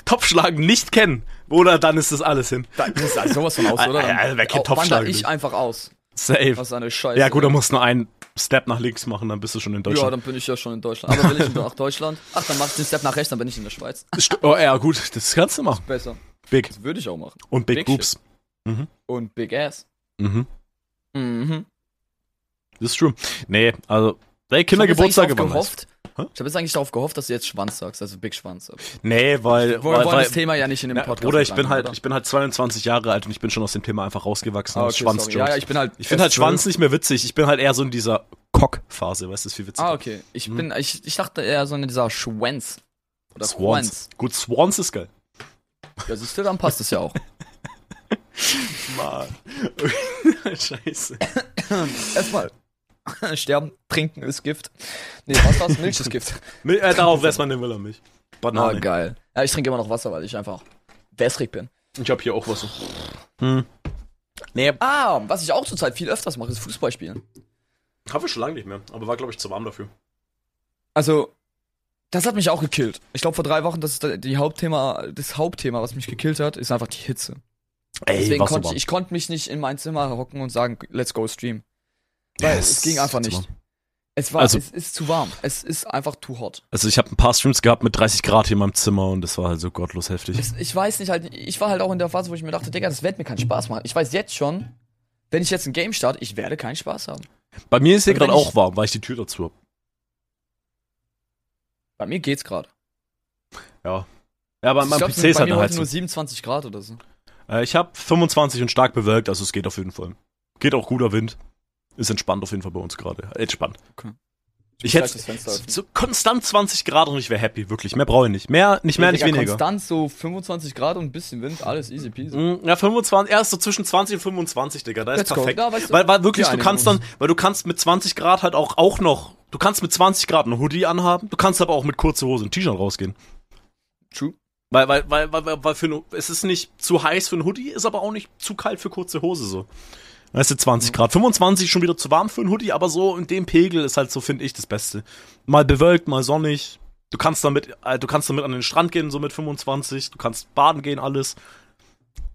Speaker 2: Topfschlagen nicht kennen, oder dann ist das alles hin.
Speaker 1: Da ist also sowas von aus, oder?
Speaker 2: Al- al- wer kennt
Speaker 1: Au-
Speaker 2: Topfschlag
Speaker 1: wander ich
Speaker 2: nicht?
Speaker 1: einfach aus.
Speaker 2: Safe.
Speaker 1: Was eine Scheiße.
Speaker 2: Ja gut, dann musst du nur einen Step nach links machen, dann bist du schon in
Speaker 1: Ja,
Speaker 2: Deutschland.
Speaker 1: dann bin ich ja schon in Deutschland. Aber will ich nach Deutschland? Ach, dann mach ich den Step nach rechts, dann bin ich in der Schweiz.
Speaker 2: St- oh, ja gut, das kannst du machen.
Speaker 1: Besser.
Speaker 2: Big.
Speaker 1: Das würde ich auch machen.
Speaker 2: Und Big,
Speaker 1: Big
Speaker 2: Boobs.
Speaker 1: Und Big Ass.
Speaker 2: Mhm.
Speaker 1: Mhm.
Speaker 2: Das ist true. Nee,
Speaker 1: Ich
Speaker 2: also, ey,
Speaker 1: hab jetzt eigentlich
Speaker 2: Kindergeburtstage
Speaker 1: darauf
Speaker 2: waren nice.
Speaker 1: gehofft.
Speaker 2: Hä?
Speaker 1: Ich habe jetzt eigentlich darauf gehofft, dass du jetzt Schwanz sagst, also Big Schwanz. Aber
Speaker 2: Nee, weil,
Speaker 1: Wir
Speaker 2: weil,
Speaker 1: wollen
Speaker 2: weil
Speaker 1: das Thema ja nicht in dem
Speaker 2: Na,
Speaker 1: Podcast.
Speaker 2: Bruder, ich bin
Speaker 1: bleiben,
Speaker 2: halt,
Speaker 1: oder?
Speaker 2: ich bin halt 22 Jahre alt und ich bin schon aus dem Thema einfach rausgewachsen.
Speaker 1: Ah,
Speaker 2: aus
Speaker 1: okay,
Speaker 2: Schwanz
Speaker 1: sorry. Ja, ja,
Speaker 2: ich
Speaker 1: ich bin halt.
Speaker 2: finde halt
Speaker 1: erst
Speaker 2: Schwanz nicht mehr witzig. Ich bin halt eher so in dieser Cock-Phase, weißt du, ist viel
Speaker 1: zwölf. Ah,
Speaker 2: witziger.
Speaker 1: okay. Ich
Speaker 2: Mhm.
Speaker 1: bin, ich, ich dachte eher so in dieser Schwanz. Oder Schwanz.
Speaker 2: Swans. Gut, Swans ist geil.
Speaker 1: Ja, siehst du, dann passt es ja auch.
Speaker 2: Mann. Scheiße.
Speaker 1: Erstmal. Sterben, trinken ist Gift. Nee, was war's? Milch ist Gift.
Speaker 2: Mil äh, darauf lässt man den Millermilch.
Speaker 1: Ah,
Speaker 2: Banane.
Speaker 1: geil. Ja, ich trinke immer noch Wasser, weil ich einfach wässrig bin.
Speaker 2: ich hab hier auch was. Hm. Nee,
Speaker 1: Ah, was ich auch zurzeit viel öfters mache, ist Fußball spielen.
Speaker 2: Kaffee schon lange nicht mehr, aber war, glaube ich, zu warm dafür.
Speaker 1: Also, das hat mich auch gekillt. Ich glaube, vor drei Wochen, das ist da- die Hauptthema, das Hauptthema, was mich gekillt hat, ist einfach die Hitze.
Speaker 2: Ey,
Speaker 1: Deswegen
Speaker 2: war's so
Speaker 1: konnte ich,
Speaker 2: warm.
Speaker 1: ich konnte mich nicht in mein Zimmer hocken und sagen, let's go stream. Weil
Speaker 2: Ja,
Speaker 1: es ging einfach
Speaker 2: ist zu
Speaker 1: nicht.
Speaker 2: warm.
Speaker 1: Es war,
Speaker 2: Also-
Speaker 1: es ist zu warm. Es ist einfach too hot.
Speaker 2: Also ich habe ein paar Streams gehabt mit 30 Grad hier in meinem Zimmer und das war halt so gottlos heftig.
Speaker 1: Es, ich weiß nicht halt, ich war halt auch in der Phase, wo ich mir dachte, Digga, das wird mir keinen Spaß machen. Ich weiß jetzt schon, wenn ich jetzt ein Game starte, ich werde keinen Spaß haben.
Speaker 2: Bei mir ist hier
Speaker 1: Und wenn
Speaker 2: gerade
Speaker 1: ich-
Speaker 2: auch warm, weil ich die Tür dazu hab.
Speaker 1: Bei mir geht's gerade.
Speaker 2: Ja, aber mein PC ist
Speaker 1: bei
Speaker 2: halt
Speaker 1: mir
Speaker 2: eine
Speaker 1: heute
Speaker 2: Heizung.
Speaker 1: nur 27 Grad oder so.
Speaker 2: Äh, Ich habe 25 und stark bewölkt, also es geht auf jeden Fall. Geht auch guter Wind. Ist entspannt auf jeden Fall bei uns gerade. Entspannt.
Speaker 1: Okay. muss
Speaker 2: Ich hätte
Speaker 1: gleich das Fenster öffnen.
Speaker 2: so konstant 20 Grad und ich wäre happy, wirklich. Mehr brauche ich nicht. Mehr, nicht mehr,
Speaker 1: Ja,
Speaker 2: nicht
Speaker 1: Digga,
Speaker 2: weniger.
Speaker 1: Konstant so 25 Grad und ein bisschen Wind, alles easy peasy.
Speaker 2: Mm, Ja, 25, erst so zwischen 20 und 25, Digga, da ist
Speaker 1: Let's go.
Speaker 2: perfekt.
Speaker 1: Ja, weißt du,
Speaker 2: weil, weil wirklich,
Speaker 1: wir
Speaker 2: du
Speaker 1: einigen
Speaker 2: kannst dann,
Speaker 1: uns.
Speaker 2: weil du kannst mit 20 Grad halt auch, auch noch, du kannst mit 20 Grad einen Hoodie anhaben, du kannst aber auch mit kurzer Hose und T-Shirt rausgehen.
Speaker 1: True.
Speaker 2: Weil, weil, weil, weil, weil, weil für, ne- es ist nicht zu heiß für ein Hoodie, ist aber auch nicht zu kalt für kurze Hose so. Weißt du, 20 Grad. 25 schon wieder zu warm für ein Hoodie, aber so in dem Pegel ist halt so, finde ich, das Beste. Mal bewölkt, mal sonnig. Du kannst damit, äh, du kannst damit an den Strand gehen, so mit 25. Du kannst baden gehen, alles.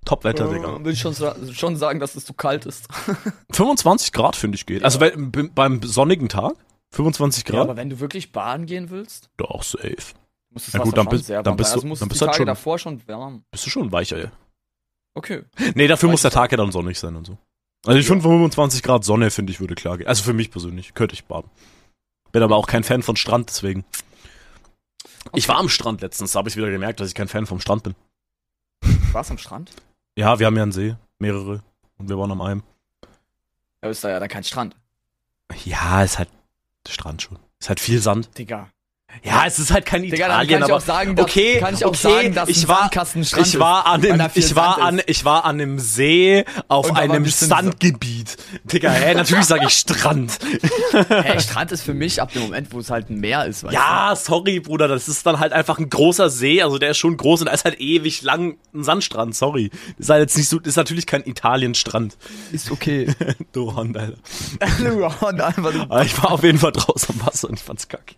Speaker 2: Top-Wetter, Digga.
Speaker 1: Äh, Will ich schon, sa- schon sagen, dass es zu kalt ist.
Speaker 2: 25 Grad, finde ich, geht. Also wenn, b- beim sonnigen Tag? 25
Speaker 1: Ja,
Speaker 2: Grad?
Speaker 1: aber wenn du wirklich baden gehen willst,
Speaker 2: Doch, safe.
Speaker 1: muss das
Speaker 2: Ja,
Speaker 1: Wasser
Speaker 2: gut, dann
Speaker 1: schon
Speaker 2: bist-
Speaker 1: sehr warm
Speaker 2: dann
Speaker 1: sein.
Speaker 2: bist du-
Speaker 1: also muss
Speaker 2: dann bist
Speaker 1: die
Speaker 2: du halt
Speaker 1: Tage
Speaker 2: schon-
Speaker 1: davor schon wärm.
Speaker 2: Bist du schon ein weicher, ey.
Speaker 1: Okay.
Speaker 2: Nee, dafür
Speaker 1: Weiß
Speaker 2: muss der
Speaker 1: ich auch.
Speaker 2: Tag ja dann sonnig sein und so. Also ich finde 25 Grad Sonne, finde ich, würde klar gehen. Also für mich persönlich, könnte ich baden. Bin aber auch kein Fan von Strand, deswegen. Ich war am Strand letztens, da habe ich wieder gemerkt, dass ich kein Fan vom Strand bin.
Speaker 1: War's am Strand?
Speaker 2: Ja, wir haben ja einen See, mehrere. Und wir waren am einem.
Speaker 1: Ja, ist da ja dann kein Strand.
Speaker 2: Ja, ist halt Strand schon. Ist halt viel Sand.
Speaker 1: Digga.
Speaker 2: Ja, es ist halt kein
Speaker 1: Digga, dann
Speaker 2: Italien,
Speaker 1: kann ich
Speaker 2: aber
Speaker 1: auch sagen, dass,
Speaker 2: okay,
Speaker 1: kann ich auch
Speaker 2: okay,
Speaker 1: sagen, dass
Speaker 2: ich
Speaker 1: ein
Speaker 2: war-
Speaker 1: Sandkasten Strand
Speaker 2: ich war an
Speaker 1: weil
Speaker 2: dem,
Speaker 1: da viel
Speaker 2: ich war
Speaker 1: Sand
Speaker 2: an,
Speaker 1: ist.
Speaker 2: ich war an einem See auf
Speaker 1: Und da war ein
Speaker 2: einem
Speaker 1: bisschen
Speaker 2: Sandgebiet. Digga, hä, natürlich sage ich Strand.
Speaker 1: ist. Hey, Strand ist für mich ab dem Moment, wo es halt ein Meer ist. weißt
Speaker 2: Ja, sorry, Bruder, das ist dann halt einfach ein großer See, also der ist schon groß und da ist halt ewig lang ein Sandstrand, sorry. Ist halt jetzt nicht so, ist natürlich kein Italienstrand.
Speaker 1: du? Ist okay.
Speaker 2: Du Hund, Alter.
Speaker 1: Du Hund, einfach du
Speaker 2: Aber ich war auf jeden Fall draußen am Wasser und ich fand's kacke.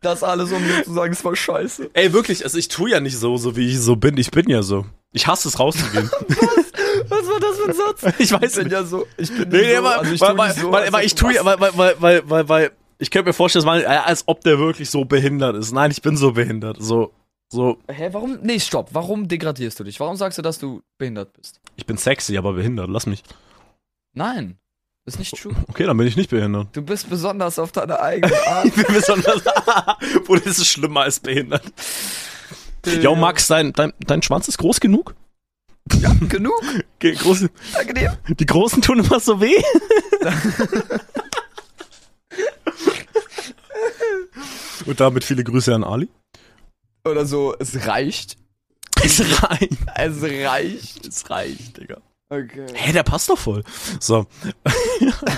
Speaker 1: Das alles, um mir zu sagen, es war scheiße.
Speaker 2: Ey, wirklich, also ich tu ja nicht so, so wie ich so bin. Ich bin ja so. Ich hasse es rauszugehen.
Speaker 1: Was war das für ein Satz?
Speaker 2: ich
Speaker 1: Ich
Speaker 2: weiß
Speaker 1: bin
Speaker 2: nicht.
Speaker 1: ja so. Ich bin
Speaker 2: Nee,
Speaker 1: nicht
Speaker 2: nee,
Speaker 1: so,
Speaker 2: weil,
Speaker 1: also ich tu
Speaker 2: weil,
Speaker 1: nicht
Speaker 2: weil,
Speaker 1: so,
Speaker 2: weil,
Speaker 1: als
Speaker 2: weil
Speaker 1: ob
Speaker 2: ich tu ja,
Speaker 1: was-
Speaker 2: weil, weil, weil, weil, weil, weil, ich könnte mir vorstellen, das war, als ob der wirklich so behindert ist. Nein, ich bin so behindert. So, so,
Speaker 1: Hä, warum? Nee, stopp. Warum degradierst du dich? Warum sagst du, dass du behindert bist?
Speaker 2: ich bin sexy, aber behindert. Lass mich.
Speaker 1: Nein. Ist nicht true.
Speaker 2: Okay, dann bin ich nicht behindert.
Speaker 1: Du bist besonders auf deine eigene Art.
Speaker 2: Ich bin besonders. Bruder, das ist schlimmer als behindert. Yo, Max, dein, dein, dein Schwanz ist groß genug?
Speaker 1: Genug.
Speaker 2: Ge- Große,
Speaker 1: Danke dir.
Speaker 2: die Großen tun immer so weh. Und damit viele Grüße an Ali.
Speaker 1: Oder so, es reicht.
Speaker 2: Es reicht.
Speaker 1: Es reicht.
Speaker 2: Es reicht, Digga.
Speaker 1: Okay.
Speaker 2: Hä, der passt doch voll. So.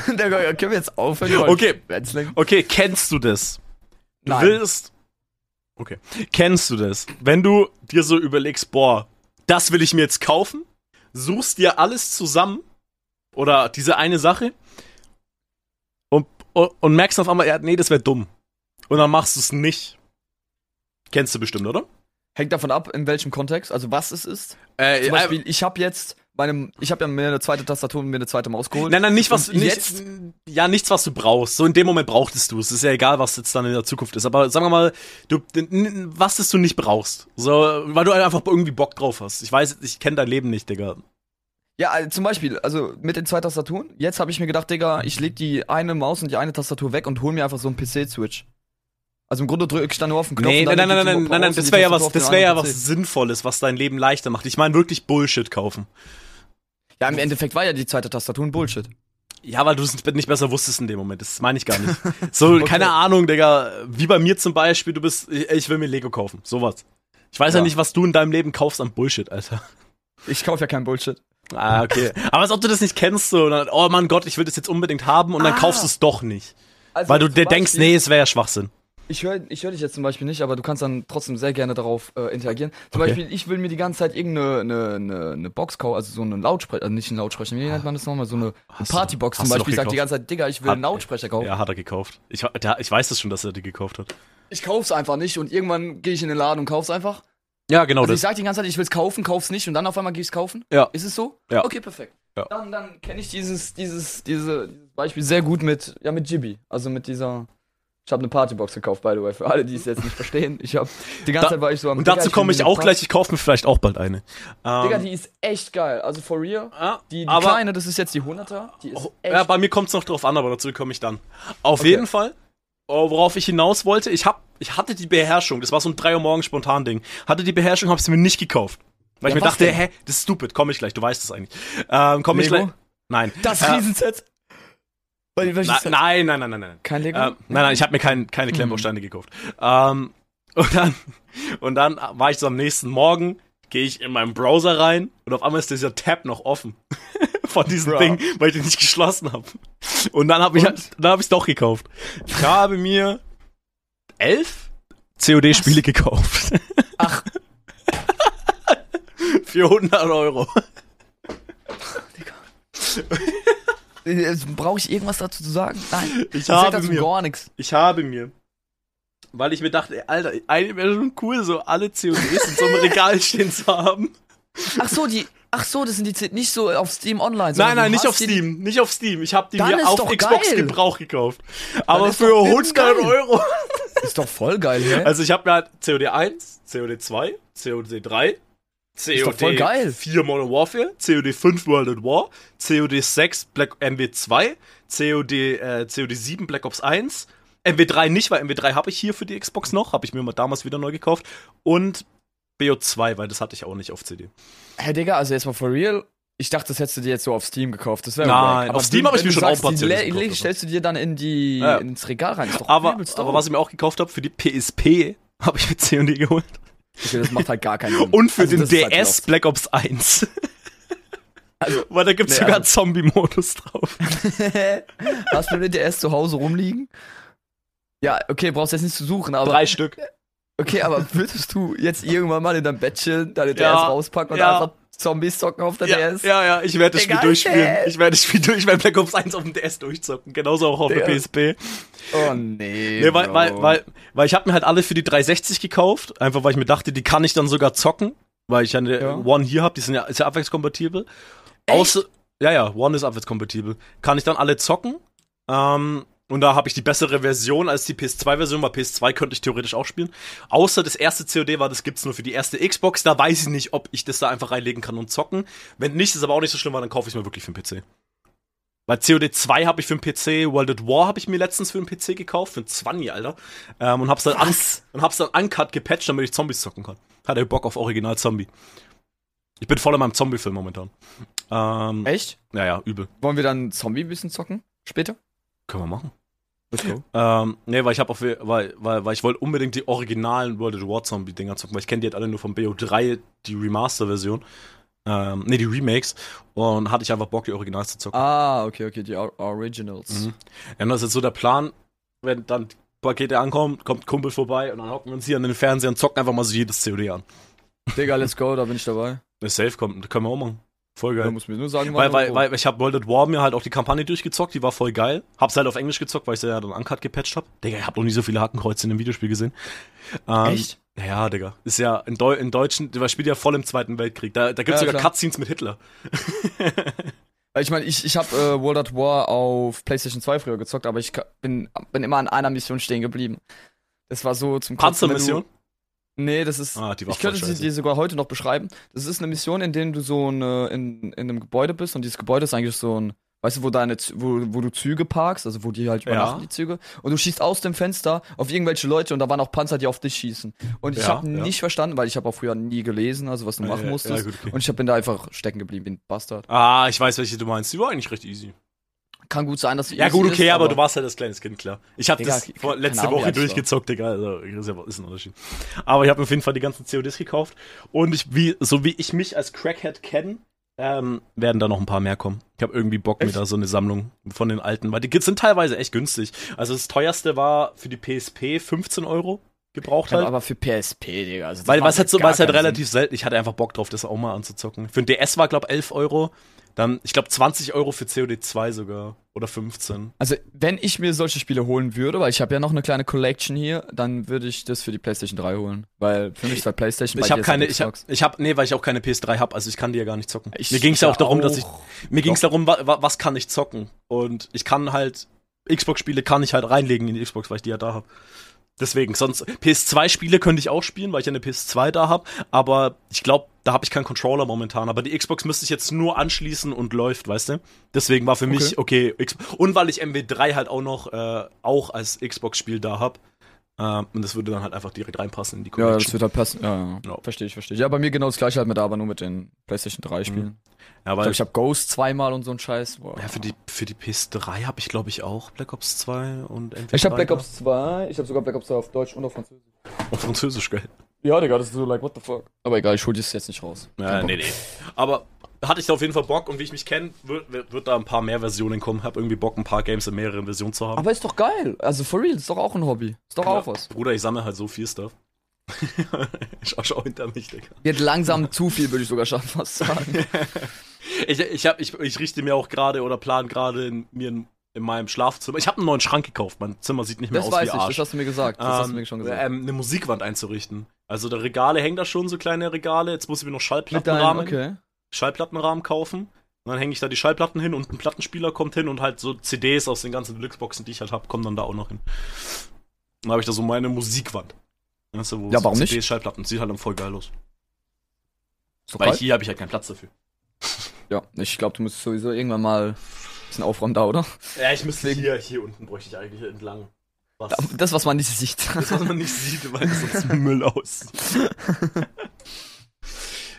Speaker 1: Digga, können wir jetzt aufhören?
Speaker 2: Okay.
Speaker 1: Wrestling?
Speaker 2: Okay, kennst du das? Du
Speaker 1: Nein.
Speaker 2: willst. Okay. Kennst du das? Wenn du dir so überlegst, boah, das will ich mir jetzt kaufen, suchst dir alles zusammen oder diese eine Sache und, und, und merkst auf einmal, ja, nee, das wäre dumm. Und dann machst du es nicht. Kennst du bestimmt, oder?
Speaker 1: Hängt davon ab, in welchem Kontext, also was es ist.
Speaker 2: Äh,
Speaker 1: Zum Beispiel, ich habe jetzt meine, ich habe ja mir eine zweite Tastatur und mir eine zweite Maus geholt.
Speaker 2: Nein, nein, nicht was
Speaker 1: Und
Speaker 2: nicht,
Speaker 1: jetzt?
Speaker 2: Ja, nichts, was du brauchst. So in dem Moment brauchtest du es. Ist ja egal, was jetzt dann in der Zukunft ist. Aber sagen wir mal, du, n- n- was das du nicht brauchst. So, weil du halt einfach irgendwie Bock drauf hast. Ich weiß, ich kenne dein Leben nicht, Digga.
Speaker 1: Ja, also zum Beispiel, also mit den zwei Tastaturen. Jetzt habe ich mir gedacht, Digga, ich leg die eine Maus und die eine Tastatur weg und hol mir einfach so einen PC-Switch. Also im Grunde drücke ich dann nur auf den Knopf.
Speaker 2: Nee,
Speaker 1: und dann
Speaker 2: nein, nein,
Speaker 1: geht
Speaker 2: nein,
Speaker 1: die
Speaker 2: nein,
Speaker 1: Maus
Speaker 2: nein, nein,
Speaker 1: und die
Speaker 2: das wäre ja
Speaker 1: Tastatur
Speaker 2: was,
Speaker 1: auf den
Speaker 2: das wäre ja
Speaker 1: anderen
Speaker 2: was
Speaker 1: PC.
Speaker 2: Sinnvolles, was dein Leben leichter macht. Ich meine wirklich Bullshit kaufen.
Speaker 1: Ja, im Endeffekt war ja die zweite Tastatur ein Bullshit.
Speaker 2: Ja, weil du es nicht besser wusstest in dem Moment. Das meine ich gar nicht. So,
Speaker 1: Okay.
Speaker 2: keine Ahnung, Digga. Wie bei mir zum Beispiel, du bist, ich, ich will mir Lego kaufen. Sowas. Ich weiß ja.
Speaker 1: Ja.
Speaker 2: nicht, was du in deinem Leben kaufst an Bullshit, Alter.
Speaker 1: Ich kaufe ja keinen Bullshit.
Speaker 2: Ah, okay. Aber als ob du das nicht kennst, so. Und dann, oh mein Gott, ich will das jetzt unbedingt haben und dann
Speaker 1: Ah.
Speaker 2: kaufst du es doch nicht.
Speaker 1: Also
Speaker 2: Weil du
Speaker 1: zum
Speaker 2: dir denkst,
Speaker 1: Beispiel-
Speaker 2: nee, es wäre ja Schwachsinn.
Speaker 1: Ich höre ich hör dich jetzt zum Beispiel nicht, aber du kannst dann trotzdem sehr gerne darauf äh, interagieren. Zum
Speaker 2: Okay.
Speaker 1: Beispiel, ich will mir die ganze Zeit irgendeine eine, eine, eine Box kaufen, also so einen Lautsprecher, also nicht einen Lautsprecher, wie nennt man das nochmal? So eine
Speaker 2: Hast du-
Speaker 1: Partybox
Speaker 2: hast
Speaker 1: zum
Speaker 2: du doch
Speaker 1: Beispiel. Ich sag die
Speaker 2: gekauft.
Speaker 1: ganze Zeit, Digga, ich will
Speaker 2: Hat-
Speaker 1: einen Lautsprecher kaufen.
Speaker 2: Ja, hat er gekauft. Ich, der, ich weiß das schon, dass er die gekauft hat.
Speaker 1: Ich kauf's einfach nicht und irgendwann gehe ich in den Laden und kauf's einfach.
Speaker 2: Ja, genau
Speaker 1: Also ich
Speaker 2: das.
Speaker 1: sag die ganze Zeit, ich will's kaufen, kauf's nicht und dann auf einmal gehe ich's kaufen.
Speaker 2: Ja.
Speaker 1: Ist es so?
Speaker 2: Ja.
Speaker 1: Okay, perfekt.
Speaker 2: Ja.
Speaker 1: Dann, dann kenne ich dieses, dieses, diese, dieses Beispiel sehr gut mit, ja, mit Jibby. Also mit dieser. Ich habe eine Partybox gekauft, by the way, für alle, die es jetzt nicht verstehen. Ich habe die ganze
Speaker 2: Da-
Speaker 1: Zeit war ich so am
Speaker 2: Und
Speaker 1: Digga,
Speaker 2: dazu
Speaker 1: will mir
Speaker 2: komme ich
Speaker 1: eine
Speaker 2: auch
Speaker 1: Party-
Speaker 2: gleich, ich kaufe mir vielleicht auch bald eine. Ähm,
Speaker 1: Digga, die ist echt geil. Also for real.
Speaker 2: ja,
Speaker 1: Die, die
Speaker 2: aber,
Speaker 1: kleine, das ist jetzt die 100er. Die ist
Speaker 2: Oh,
Speaker 1: echt.
Speaker 2: Ja, bei mir kommt es noch drauf an, aber dazu komme ich dann. Auf
Speaker 1: Okay.
Speaker 2: jeden Fall, oh, worauf ich hinaus wollte, ich, hab, ich hatte die Beherrschung, das war so ein 3 Uhr morgens spontan Ding. Hatte die Beherrschung, hab's mir nicht gekauft. Weil
Speaker 1: Ja,
Speaker 2: ich mir
Speaker 1: was
Speaker 2: dachte,
Speaker 1: denn?
Speaker 2: hä, das ist stupid, komm ich gleich, du weißt das eigentlich. Ähm, komm ich
Speaker 1: Lego?
Speaker 2: gleich. Nein.
Speaker 1: das
Speaker 2: Äh,
Speaker 1: Riesenset. Weil, welches
Speaker 2: na,
Speaker 1: Set?
Speaker 2: nein, nein, nein, nein, nein.
Speaker 1: Kein Lego?
Speaker 2: Ähm, nein, nein, ich habe mir kein, keine
Speaker 1: Mhm.
Speaker 2: Klemmbausteine gekauft. Ähm, und, dann, und dann war ich so am nächsten Morgen, gehe ich in meinen Browser rein und auf einmal ist dieser Tab noch offen von diesem
Speaker 1: Bro.
Speaker 2: Ding, weil ich den nicht geschlossen habe. Und dann habe ich
Speaker 1: Und?
Speaker 2: dann hab ich's doch gekauft. Ich habe mir elf COD-Spiele gekauft.
Speaker 1: Ach.
Speaker 2: Für 100 Euro.
Speaker 1: Brauche Äh, also, ich irgendwas dazu zu sagen? Nein.
Speaker 2: Ich
Speaker 1: sag
Speaker 2: habe
Speaker 1: dazu
Speaker 2: mir
Speaker 1: gar nichts.
Speaker 2: Ich habe mir, weil ich mir dachte, ey, Alter, eigentlich wäre schon cool, so alle CODs in so einem Regal stehen zu haben.
Speaker 1: Ach so, die. Ach so, das sind die C nicht so auf Steam Online.
Speaker 2: Nein,
Speaker 1: sondern
Speaker 2: nein,
Speaker 1: du
Speaker 2: nicht
Speaker 1: hast
Speaker 2: auf
Speaker 1: die-
Speaker 2: Steam, nicht auf Steam. Ich habe die
Speaker 1: Dann ist
Speaker 2: mir auf
Speaker 1: doch
Speaker 2: Xbox
Speaker 1: geil.
Speaker 2: Gebrauch gekauft. Aber
Speaker 1: ist
Speaker 2: für
Speaker 1: doch eben
Speaker 2: 100
Speaker 1: geil.
Speaker 2: Euro.
Speaker 1: Ist doch voll geil, hä?
Speaker 2: Also ich habe mir halt COD 1, COD 2, COD 3,
Speaker 1: doch
Speaker 2: COD
Speaker 1: voll geil.
Speaker 2: 4 Modern Warfare, COD 5 World at War, COD 6 Black MW 2, COD, äh, COD 7 Black Ops 1, MW3 nicht, weil MW3 habe ich hier für die Xbox noch, habe ich mir mal damals wieder neu gekauft und BO2, weil das hatte ich auch nicht auf CD.
Speaker 1: Hä, Digga, also jetzt mal for real. Ich dachte, das hättest du dir jetzt so auf Steam gekauft. Das wäre
Speaker 2: Nein,
Speaker 1: wack.
Speaker 2: auf Steam
Speaker 1: du-
Speaker 2: hab ich
Speaker 1: wenn
Speaker 2: mir
Speaker 1: du
Speaker 2: schon auch ein paar
Speaker 1: die
Speaker 2: CDs
Speaker 1: le-
Speaker 2: gekauft,
Speaker 1: le-
Speaker 2: aber-
Speaker 1: stellst du dir dann in die
Speaker 2: Ja.
Speaker 1: ins Regal rein. Ist doch
Speaker 2: Aber,
Speaker 1: übelst
Speaker 2: aber
Speaker 1: doof.
Speaker 2: was ich mir auch gekauft habe, für die PSP habe ich mir COD geholt
Speaker 1: Okay, das macht halt gar keinen Sinn.
Speaker 2: und für
Speaker 1: Also
Speaker 2: den
Speaker 1: das ist halt
Speaker 2: DS
Speaker 1: lost.
Speaker 2: Black Ops 1.
Speaker 1: Also-
Speaker 2: Weil da gibt's
Speaker 1: Nee,
Speaker 2: sogar
Speaker 1: also-
Speaker 2: Zombie-Modus drauf.
Speaker 1: Hast du den DS zu Hause rumliegen? Ja, okay, brauchst jetzt nicht zu suchen, aber
Speaker 2: Drei Stück.
Speaker 1: okay, aber würdest du jetzt irgendwann mal in deinem Bett chillen, deine
Speaker 2: Ja,
Speaker 1: DS rauspacken und
Speaker 2: ja.
Speaker 1: einfach Zombies zocken auf der
Speaker 2: Ja,
Speaker 1: DS?
Speaker 2: ja, ja, ich werde das
Speaker 1: Digga,
Speaker 2: Spiel durchspielen.
Speaker 1: shit.
Speaker 2: Ich werde das Spiel durch, ich werde Black Ops 1 auf dem DS durchzocken. Genauso auch auf der
Speaker 1: Digga.
Speaker 2: PSP.
Speaker 1: Oh nee.
Speaker 2: Nee, weil,
Speaker 1: Bro.
Speaker 2: weil, weil, weil ich habe mir halt alle für die 360 gekauft. Einfach weil ich mir dachte, die kann ich dann sogar zocken. Weil ich ja eine
Speaker 1: Ja.
Speaker 2: One hier habe, die sind ja, ist ja abwärtskompatibel.
Speaker 1: Echt?
Speaker 2: Außer, ja, ja, One ist abwärtskompatibel. Kann ich dann alle zocken. Ähm, und da habe ich die bessere Version als die PS2-Version, weil PS2 könnte ich theoretisch auch spielen. Außer das erste COD war, das gibt's nur für die erste Xbox. Da weiß ich nicht, ob ich das da einfach reinlegen kann und zocken. Wenn nicht, ist aber auch nicht so schlimm, weil dann kaufe ich mir wirklich für den PC. Weil COD 2 habe ich für den PC, World at War habe ich mir letztens für den PC gekauft, für 20, Alter. Ähm, und hab's dann, un und hab's dann uncut gepatcht, damit ich Zombies zocken kann. Hat er Bock auf Original Zombie. Ich bin voll in meinem Zombie-Film momentan. Ähm,
Speaker 1: Echt?
Speaker 2: ja, ja, übel.
Speaker 1: Wollen wir dann Zombie ein bisschen zocken? Später?
Speaker 2: Können wir machen.
Speaker 1: Let's go.
Speaker 2: Ähm, nee, weil ich hab auf, weil, weil, weil ich wollte unbedingt die originalen World at War Zombie Dinger zocken, weil ich kenne die halt alle nur von BO3, die Remaster Version. Ähm, nee, die Remakes. Und hatte ich einfach Bock, die Originals zu zocken.
Speaker 1: Ah, okay, okay, die Or- Originals.
Speaker 2: Mhm. Ja, und das ist jetzt so der Plan, wenn dann Pakete ankommen, kommt Kumpel vorbei und dann hocken wir uns hier an den Fernseher und zocken einfach mal so jedes COD an.
Speaker 1: Digga, let's go, da bin ich dabei.
Speaker 2: Wenn es safe kommt, können wir auch machen. Voll
Speaker 1: Du
Speaker 2: geil.
Speaker 1: musst mir nur sagen,
Speaker 2: Weil,
Speaker 1: wann
Speaker 2: weil,
Speaker 1: und wo.
Speaker 2: weil ich habe World at War mir halt auch die Kampagne durchgezockt, die war voll geil. Hab's halt auf Englisch gezockt, weil ich sie ja dann uncut gepatcht hab. Digga, ich hab noch nie so viele Hakenkreuze in einem Videospiel gesehen. Ähm,
Speaker 1: Echt?
Speaker 2: Ja, Digga. Ist ja in, Deu in Deutschen, der spielt ja voll im Zweiten Weltkrieg. Da, da gibt's
Speaker 1: Ja,
Speaker 2: sogar
Speaker 1: klar.
Speaker 2: Cutscenes mit Hitler.
Speaker 1: Ich meine, ich, ich habe äh, World at War auf PlayStation 2 früher gezockt, aber ich ka- bin, bin immer an einer Mission stehen geblieben. Das war so zum Kotzen, wenn
Speaker 2: Panzermission?
Speaker 1: Du, nee, das ist.
Speaker 2: Ah, die war
Speaker 1: ich könnte
Speaker 2: voll
Speaker 1: sie
Speaker 2: scheiße.
Speaker 1: dir sogar heute noch beschreiben. Das ist eine Mission, in der du so eine, in, in einem Gebäude bist und dieses Gebäude ist eigentlich so ein. Weißt du, wo deine Z- wo, wo du Züge parkst, also wo die halt
Speaker 2: Ja.
Speaker 1: übernachten, die Züge, und du schießt aus dem Fenster auf irgendwelche Leute und da waren auch Panzer, die auf dich schießen. Und ich
Speaker 2: Ja,
Speaker 1: habe
Speaker 2: ja.
Speaker 1: nicht verstanden, weil ich habe auch früher nie gelesen, also was du machen
Speaker 2: Ja,
Speaker 1: musstest.
Speaker 2: ja, gut, okay.
Speaker 1: Und ich hab- bin da einfach stecken geblieben, wie ein Bastard.
Speaker 2: Ah, ich weiß, welche du meinst. Die war eigentlich recht easy.
Speaker 1: Kann gut sein, dass sie
Speaker 2: Ja,
Speaker 1: easy
Speaker 2: gut, okay,
Speaker 1: ist,
Speaker 2: aber, du warst halt das kleines Kind, klar. Ich habe
Speaker 1: Digga,
Speaker 2: das
Speaker 1: keine
Speaker 2: vor, letzte
Speaker 1: Ahnung, wie
Speaker 2: Woche
Speaker 1: alt ich war.
Speaker 2: durchgezockt, Digga. Also, das ist ja- ist ein Unterschied. Aber ich habe auf jeden Fall die ganzen CODs gekauft. Und ich, wie, so wie ich mich als Crackhead kenne, ähm, werden da noch ein paar mehr kommen. Ich habe irgendwie Bock, mir
Speaker 1: Echt?
Speaker 2: da so eine Sammlung von den alten, weil die sind teilweise echt günstig. Also das teuerste war für die PSP 15 Euro gebraucht
Speaker 1: Ja,
Speaker 2: halt.
Speaker 1: aber für PSP, Digga. Also das
Speaker 2: Weil
Speaker 1: macht
Speaker 2: was halt so,
Speaker 1: gar
Speaker 2: was halt
Speaker 1: keinen
Speaker 2: relativ selten. Ich hatte einfach Bock drauf, das auch mal anzuzocken. Für den DS war, glaube 11 Euro. Dann, ich glaube, 20 Euro für COD 2 sogar. Oder 15.
Speaker 1: Sinn. Also, wenn ich mir solche Spiele holen würde, weil ich habe ja noch eine kleine Collection hier, dann würde ich das für die PlayStation 3 holen. Weil für mich ist halt PlayStation bei
Speaker 2: Ich
Speaker 1: dir
Speaker 2: habe
Speaker 1: ist halt
Speaker 2: keine, ich habe,
Speaker 1: Xbox.
Speaker 2: ich hab, nee, weil ich auch keine PS3 habe, also ich kann die ja gar nicht zocken.
Speaker 1: Ich
Speaker 2: mir ging es ja auch darum, dass ich,
Speaker 1: auch.
Speaker 2: mir ging es darum, wa, wa, was kann ich zocken? Und ich kann halt, Xbox-Spiele kann ich halt reinlegen in die Xbox, weil ich die ja da habe. Deswegen, sonst, PS2-Spiele könnte ich auch spielen, weil ich ja eine PS2 da habe, aber ich glaube, da habe ich keinen Controller momentan. Aber die Xbox müsste ich jetzt nur anschließen und läuft, weißt du? Deswegen war für mich, okay, X und weil ich MW3 halt auch noch, äh, auch als Xbox-Spiel da habe. Ähm, und das würde dann halt einfach direkt reinpassen in die
Speaker 1: Ja,
Speaker 2: Collection.
Speaker 1: das wird halt passen. Ja, ja.
Speaker 2: Ja.
Speaker 1: Verstehe ich, verstehe ich. Ja, bei mir genau das gleiche halt mit, aber nur mit den PlayStation 3 Spielen.
Speaker 2: Ja,
Speaker 1: Ich
Speaker 2: Mhm. weil-
Speaker 1: glaube, ich habe Ghost zweimal und so ein Scheiß. Boah.
Speaker 2: Ja, für die, für die PS3 habe ich, glaube ich, auch Black Ops 2 und MW3.
Speaker 1: ich habe Black Ops 2, ich habe sogar Black Ops 2 auf Deutsch und auf Französisch.
Speaker 2: Auf Französisch, gell?
Speaker 1: Ja, Digga, das ist so like, what the fuck. Aber egal, ich hol das jetzt nicht raus. Kein
Speaker 2: Ja,
Speaker 1: Bock.
Speaker 2: nee, nee. Aber hatte ich da auf jeden Fall Bock und wie ich mich kenne, wird, wird wird da ein paar mehr Versionen kommen. Hab irgendwie Bock, ein paar Games in mehreren Versionen zu haben.
Speaker 1: Aber ist doch geil. Also, for real, ist doch auch ein Hobby. Ist doch auch was.
Speaker 2: Bruder, ich sammle halt so viel Stuff. schau, schau hinter mich, Digga.
Speaker 1: Wird langsam zu viel, würde ich sogar schon fast sagen.
Speaker 2: Ich, ich, hab, ich, ich richte mir auch gerade oder plan gerade in, mir in, in meinem Schlafzimmer. Ich habe einen neuen Schrank gekauft. Mein Zimmer sieht nicht mehr
Speaker 1: Das
Speaker 2: aus
Speaker 1: weiß
Speaker 2: wie
Speaker 1: ich,
Speaker 2: Arsch.
Speaker 1: das hast du mir gesagt. Das hast du
Speaker 2: ähm,
Speaker 1: mir schon gesagt.
Speaker 2: Ähm, eine Musikwand einzurichten. Also da Regale hängen da schon so kleine Regale. Jetzt muss ich mir noch
Speaker 1: Mit
Speaker 2: Schallplattenrahmen,
Speaker 1: deinem, okay.
Speaker 2: Schallplattenrahmen kaufen. Und dann hänge ich da die Schallplatten hin und ein Plattenspieler kommt hin und halt so CDs aus den ganzen Deluxe-Boxen, die ich halt hab, kommen dann da auch noch hin. Dann habe ich da so meine Musikwand. Weißt du, wo
Speaker 1: Ja,
Speaker 2: so
Speaker 1: warum nicht?
Speaker 2: CDs, Schallplatten. Sieht halt dann voll geil aus.
Speaker 1: Ist doch
Speaker 2: Weil
Speaker 1: geil.
Speaker 2: hier habe ich halt keinen Platz dafür.
Speaker 1: ja, ich glaube, du müsstest sowieso irgendwann mal ein bisschen aufräumen da, oder?
Speaker 2: Ja, ich müsste hier, hier unten bräuchte ich eigentlich entlang. Was?
Speaker 1: Das, was man nicht sieht.
Speaker 2: Das, was man nicht sieht, weil es sonst Müll aus.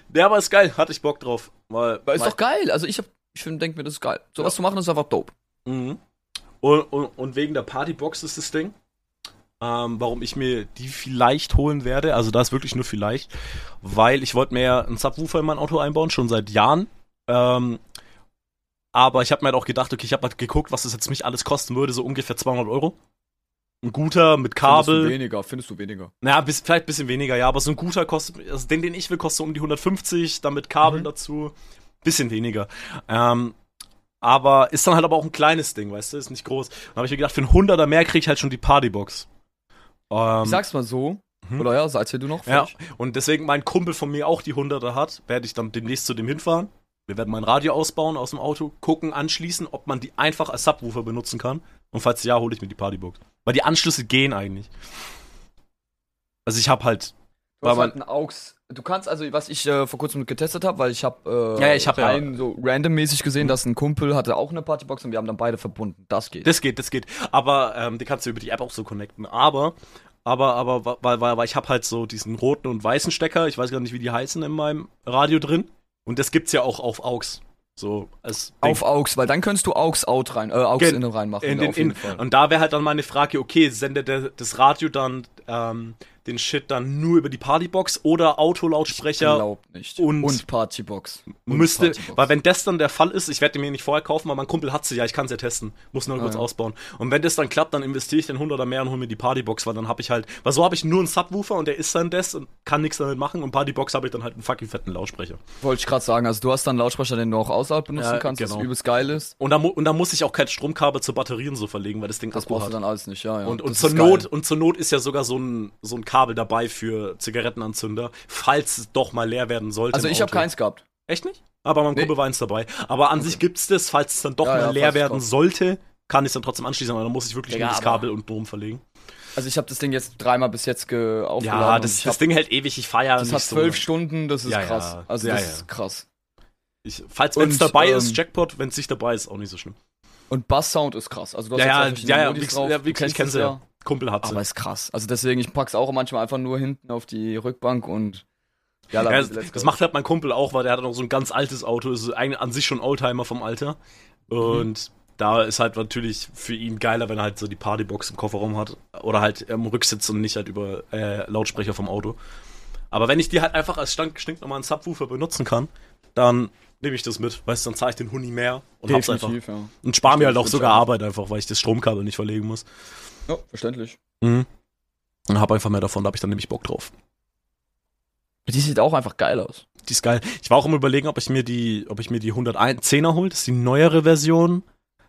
Speaker 2: Der war ist geil, hatte ich Bock drauf. Weil,
Speaker 1: Aber ist doch geil. Also ich hab, ich denke mir, das ist geil. Sowas zu machen ist einfach dope.
Speaker 2: Mhm. Und, und, und wegen der Partybox ist das Ding, ähm, warum ich mir die vielleicht holen werde. Also da ist wirklich nur vielleicht, weil ich wollte mir ja einen Subwoofer in mein Auto einbauen, schon seit Jahren. Ähm, aber ich habe mir halt auch gedacht, okay, ich habe halt geguckt, was das jetzt mich alles kosten würde, so ungefähr 200 Euro. Ein guter mit
Speaker 1: Findest du
Speaker 2: Kabel.
Speaker 1: weniger, findest du weniger.
Speaker 2: Naja, bis, vielleicht ein bisschen weniger, ja, aber so ein guter kostet, also den, den ich will, kostet so um die 150, dann mit Kabel
Speaker 1: Mhm.
Speaker 2: dazu. Bisschen weniger. Ähm, aber ist dann halt aber auch ein kleines Ding, weißt du, ist nicht groß. Dann habe ich mir gedacht, für einen 100er mehr kriege ich halt schon die Partybox. Ähm,
Speaker 1: Ich sag's mal so.
Speaker 2: Mhm.
Speaker 1: Oder ja, seid hier du noch?
Speaker 2: ja,
Speaker 1: fertig?
Speaker 2: und deswegen mein Kumpel von mir auch die 100er hat, werde ich dann demnächst zu dem hinfahren. Wir werden mein Radio ausbauen aus dem Auto, gucken, anschließen, ob man die einfach als Subwoofer benutzen kann. Und falls ja, hole ich mir die Partybox. Weil die Anschlüsse gehen eigentlich. Also ich habe halt
Speaker 1: Du hast
Speaker 2: weil
Speaker 1: halt einen AUX. Du kannst also, was ich äh, vor kurzem getestet habe, weil ich habe äh,
Speaker 2: Ja, ja, ich hab ja-
Speaker 1: einen so randommäßig gesehen, dass ein Kumpel hatte auch eine Partybox und wir haben dann beide verbunden. Das geht.
Speaker 2: Das geht, das geht. Aber ähm, die kannst du über die App auch so connecten. Aber, aber, aber, wa- weil, weil, weil ich habe halt so diesen roten und weißen Stecker. Ich weiß gar nicht, wie die heißen in meinem Radio drin. Und das gibt's ja auch auf AUX. So als Ding.
Speaker 1: Auf AUX, weil dann könntest du AUX out rein, äh, AUX
Speaker 2: Gen-
Speaker 1: innen reinmachen.
Speaker 2: in den,
Speaker 1: auf jeden
Speaker 2: in,
Speaker 1: Fall.
Speaker 2: und da wäre halt dann meine Frage, okay, sendet der, das Radio dann ähm, den Shit dann nur über die Partybox oder Autolautsprecher
Speaker 1: Glaub nicht.
Speaker 2: und-
Speaker 1: und Partybox. Und
Speaker 2: müsste,
Speaker 1: Partybox.
Speaker 2: weil wenn das dann der Fall ist, ich werde die mir nicht vorher kaufen, weil mein Kumpel hat sie, ja, ich kann sie ja testen, muss nur
Speaker 1: Ah,
Speaker 2: kurz
Speaker 1: ja.
Speaker 2: ausbauen. Und wenn das dann klappt, dann investiere ich den 100er mehr und hole mir die Partybox, weil dann habe ich halt, weil so habe ich nur einen Subwoofer und der ist dann das und kann nichts damit machen und Partybox habe ich dann halt einen fucking fetten Lautsprecher.
Speaker 1: Wollte ich gerade sagen, also du hast dann einen Lautsprecher, den du auch außerhalb benutzen
Speaker 2: Ja,
Speaker 1: kannst,
Speaker 2: genau.
Speaker 1: was übelst geil ist.
Speaker 2: Und da, mu- und da muss ich auch kein Stromkabel zu Batterien so verlegen, weil das Ding
Speaker 1: Das
Speaker 2: Akku
Speaker 1: brauchst du
Speaker 2: hat.
Speaker 1: dann alles nicht, ja, ja.
Speaker 2: Und, und
Speaker 1: Das
Speaker 2: zur
Speaker 1: ist
Speaker 2: Not
Speaker 1: geil.
Speaker 2: und zur Not ist ja sogar so ein so ein Kabel dabei für Zigarettenanzünder, falls es doch mal leer werden sollte.
Speaker 1: Also
Speaker 2: im
Speaker 1: ich habe
Speaker 2: Auto.
Speaker 1: keins gehabt.
Speaker 2: Echt nicht? Aber mein
Speaker 1: Nee.
Speaker 2: Kumpel war eins dabei. Aber an sich gibt's das, falls es dann doch
Speaker 1: Ja,
Speaker 2: mal
Speaker 1: ja,
Speaker 2: leer
Speaker 1: falls es
Speaker 2: werden
Speaker 1: kommt.
Speaker 2: sollte, kann ich es dann trotzdem anschließen, aber dann muss ich wirklich
Speaker 1: Digga,
Speaker 2: nur das
Speaker 1: aber-
Speaker 2: Kabel und Dom verlegen.
Speaker 1: Also ich habe das Ding jetzt dreimal bis jetzt ge aufgeladen.
Speaker 2: Ja,
Speaker 1: und
Speaker 2: das,
Speaker 1: ich
Speaker 2: das
Speaker 1: hab,
Speaker 2: Ding hält ewig, ich fahre ja
Speaker 1: das
Speaker 2: nicht
Speaker 1: hat
Speaker 2: so
Speaker 1: zwölf
Speaker 2: lang.
Speaker 1: Stunden, das ist
Speaker 2: Ja, ja.
Speaker 1: krass. Also
Speaker 2: Ja,
Speaker 1: das
Speaker 2: ja.
Speaker 1: ist krass.
Speaker 2: ich, Falls wenn's
Speaker 1: Und,
Speaker 2: dabei
Speaker 1: ähm,
Speaker 2: ist, Jackpot, wenn's nicht dabei ist, auch nicht so schlimm.
Speaker 1: Und Bass-Sound ist krass. Also du hast
Speaker 2: Ja,
Speaker 1: ja
Speaker 2: ja,
Speaker 1: zwei verschiedene
Speaker 2: ja, ja,
Speaker 1: Modis
Speaker 2: wie- ja, wie-
Speaker 1: Du
Speaker 2: ich
Speaker 1: kennst
Speaker 2: kenn's
Speaker 1: es
Speaker 2: ja. Kumpel hat's.
Speaker 1: Aber ist krass. Also deswegen, ich pack's auch manchmal einfach nur hinten auf die Rückbank und ja,
Speaker 2: Ja,
Speaker 1: lass-
Speaker 2: das,
Speaker 1: let's
Speaker 2: das
Speaker 1: go.
Speaker 2: macht halt mein Kumpel auch, weil der hat noch so ein ganz altes Auto, ist eigentlich an sich schon Oldtimer vom Alter. Und da ist halt natürlich für ihn geiler, wenn er halt so die Partybox im Kofferraum hat oder halt im Rücksitz und nicht halt über äh, Lautsprecher vom Auto. Aber wenn ich die halt einfach als stank- stinknormalen Subwoofer benutzen kann, dann nehme ich das mit. Weißt du, dann zahle ich den Huni mehr und hab's einfach.
Speaker 1: Definitiv, ja.
Speaker 2: Und spare mir halt auch
Speaker 1: Stimmt,
Speaker 2: sogar
Speaker 1: stimmt.
Speaker 2: Arbeit einfach, weil ich das Stromkabel nicht verlegen muss.
Speaker 1: Ja, verständlich.
Speaker 2: Und hab einfach mehr davon, da hab ich dann nämlich Bock drauf.
Speaker 1: Die sieht auch einfach geil aus.
Speaker 2: Die ist geil. Ich war auch im überlegen, ob ich mir die, ob ich mir die 110er hole. Das ist die neuere Version.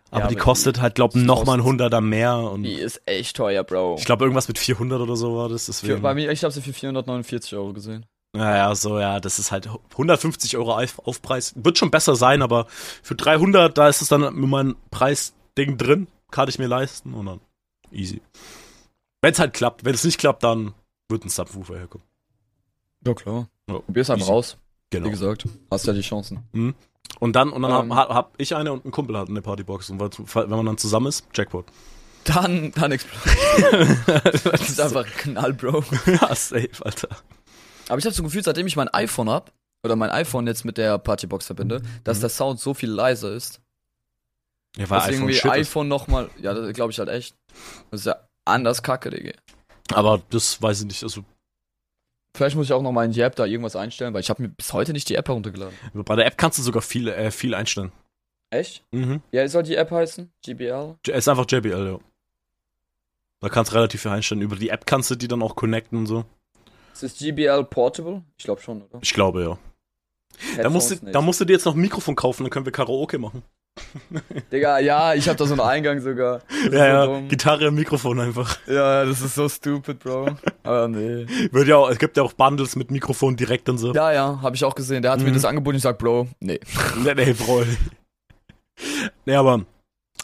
Speaker 2: Aber
Speaker 1: Ja,
Speaker 2: die
Speaker 1: aber
Speaker 2: kostet halt, glaub,
Speaker 1: die
Speaker 2: noch mal ein
Speaker 1: kostet-
Speaker 2: 100er mehr. Und
Speaker 1: Die ist echt teuer, Bro.
Speaker 2: ich glaube, irgendwas mit 400 oder so war das.
Speaker 1: Für,
Speaker 2: Deswegen.
Speaker 1: bei mir, ich habe sie für 449 Euro gesehen.
Speaker 2: Naja, so, ja, das ist halt 150 Euro Auf- Aufpreis. Wird schon besser sein, aber für 300, da ist es dann mit meinem Preisding drin. Kann ich mir leisten und dann easy. Wenn es halt klappt. Wenn es nicht klappt, dann wird ein Subwoofer herkommen.
Speaker 1: Ja, klar.
Speaker 2: Ja,
Speaker 1: Probier's einfach
Speaker 2: easy.
Speaker 1: raus. Wie
Speaker 2: Genau.
Speaker 1: gesagt, hast ja die Chancen.
Speaker 2: Und dann, und dann
Speaker 1: Ähm.
Speaker 2: hab, hab ich eine und ein Kumpel hat eine Partybox. Und wenn man dann zusammen ist, Jackpot.
Speaker 1: Dann, dann explodiert. Das ist einfach ein Knall, Bro.
Speaker 2: Ja, safe, Alter.
Speaker 1: Aber ich habe so gefühlt, seitdem ich mein iPhone hab, oder mein iPhone jetzt mit der Partybox verbinde,
Speaker 2: Mhm.
Speaker 1: dass der Sound so viel leiser ist.
Speaker 2: Ja, weil
Speaker 1: Dass irgendwie iPhone nochmal. Ja, das glaube ich halt echt. Das ist ja anders kacke, Digga.
Speaker 2: Aber das weiß ich nicht. Also
Speaker 1: Vielleicht muss ich auch nochmal in die App da irgendwas einstellen, weil ich habe mir bis heute nicht die App heruntergeladen.
Speaker 2: bei der App kannst du sogar viel, äh, viel einstellen.
Speaker 1: Echt?
Speaker 2: Mhm.
Speaker 1: Ja, soll die App heißen? GBL?
Speaker 2: Ist einfach JBL, ja. Da kannst du relativ viel einstellen. Über die App kannst du die dann auch connecten und so.
Speaker 1: Ist es GBL Portable? Ich glaube schon, oder?
Speaker 2: Ich glaube, ja. Da musst, du, da musst du dir jetzt noch ein Mikrofon kaufen, dann können wir Karaoke machen.
Speaker 1: Digga, ja, ich habe da so einen Eingang sogar. Das ist so
Speaker 2: Ja, ja.
Speaker 1: dumm.
Speaker 2: Gitarre, Mikrofon einfach.
Speaker 1: Ja, das ist so stupid, Bro. Aber nee.
Speaker 2: Wird ja auch, es gibt ja auch Bundles mit Mikrofon direkt und so.
Speaker 1: Ja, ja, habe ich auch gesehen. Der hat mir
Speaker 2: Mhm.
Speaker 1: das angeboten. Ich sag, Bro, nee.
Speaker 2: Nee, nee, Bro. Nee, aber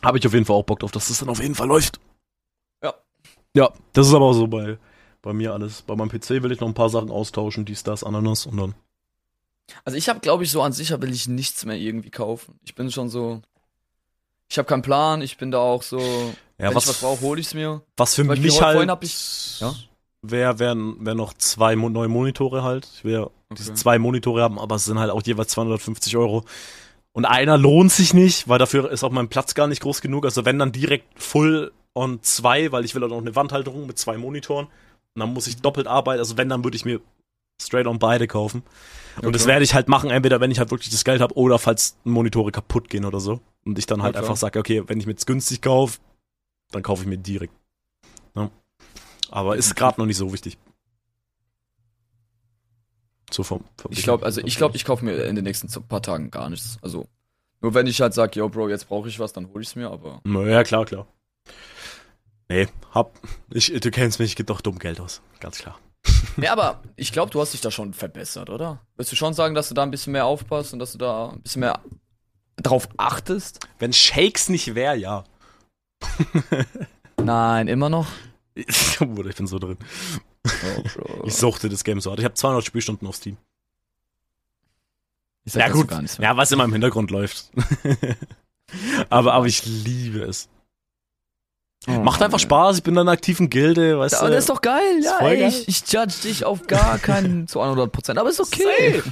Speaker 2: habe ich auf jeden Fall auch Bock drauf, dass das dann auf jeden Fall läuft.
Speaker 1: Ja.
Speaker 2: Ja, das ist aber auch so bei, bei mir alles. Bei meinem PC will ich noch ein paar Sachen austauschen, dies, das, Ananas und dann.
Speaker 1: Also ich habe, glaube ich, so an sich will ich nichts mehr irgendwie kaufen. Ich bin schon so. Ich habe keinen Plan. Ich bin da auch so.
Speaker 2: Ja,
Speaker 1: wenn
Speaker 2: was,
Speaker 1: ich was brauche, hole ich's mir.
Speaker 2: was für
Speaker 1: zum Beispiel
Speaker 2: mich
Speaker 1: heu-
Speaker 2: halt.
Speaker 1: vorhin hab ja?
Speaker 2: Wär, wären, wären noch zwei Mo neue Monitore halt. Ich will ja diese
Speaker 1: Okay.
Speaker 2: zwei Monitore haben, aber es sind halt auch jeweils 250 Euro. Und einer lohnt sich nicht, weil dafür ist auch mein Platz gar nicht groß genug. Also wenn dann direkt full on zwei, weil ich will auch noch eine Wandhalterung mit zwei Monitoren. Und dann muss ich doppelt arbeiten. Also wenn, dann würde ich mir straight on beide kaufen. Und das
Speaker 1: Okay.
Speaker 2: werde ich halt machen, entweder wenn ich halt wirklich das Geld habe oder falls Monitore kaputt gehen oder so. Und ich dann halt
Speaker 1: Ja, klar.
Speaker 2: einfach sage, okay, wenn ich mir jetzt günstig kaufe, dann kaufe ich mir direkt. Ja. Aber ist gerade noch nicht so wichtig. So vom, vom
Speaker 1: Ich glaube, also ich glaube, ich kaufe mir in den nächsten z- paar Tagen gar nichts. Also nur wenn ich halt sag, yo, Bro, jetzt brauche ich was, dann hole ich's mir. Aber
Speaker 2: Na, Ja, klar, klar. Nee, hab. Ich, du kennst mich, ich gebe doch dumm Geld aus. Ganz klar.
Speaker 1: ja, aber ich glaube, du hast dich da schon verbessert, oder? Willst du schon sagen, dass du da ein bisschen mehr aufpasst und dass du da ein bisschen mehr drauf achtest?
Speaker 2: Wenn Shakes nicht wär, ja.
Speaker 1: Nein, immer noch.
Speaker 2: Bruder, ich bin so drin.
Speaker 1: Oh, Bro.
Speaker 2: Ich suchte das Game so hart. Ich habe 200 Spielstunden auf Steam.
Speaker 1: Ich
Speaker 2: Ja,
Speaker 1: dazu
Speaker 2: gut.
Speaker 1: Gar nichts mehr.
Speaker 2: Ja, was immer im Hintergrund läuft. aber, aber ich liebe es. Macht einfach Spaß, ich bin in einer aktiven Gilde, weißt
Speaker 1: Aber
Speaker 2: du.
Speaker 1: das ist doch geil,
Speaker 2: ist
Speaker 1: Oh, ja.
Speaker 2: voll
Speaker 1: Ey,
Speaker 2: geil.
Speaker 1: Ich, ich judge dich auf gar keinen zu 100 Prozent, aber ist okay.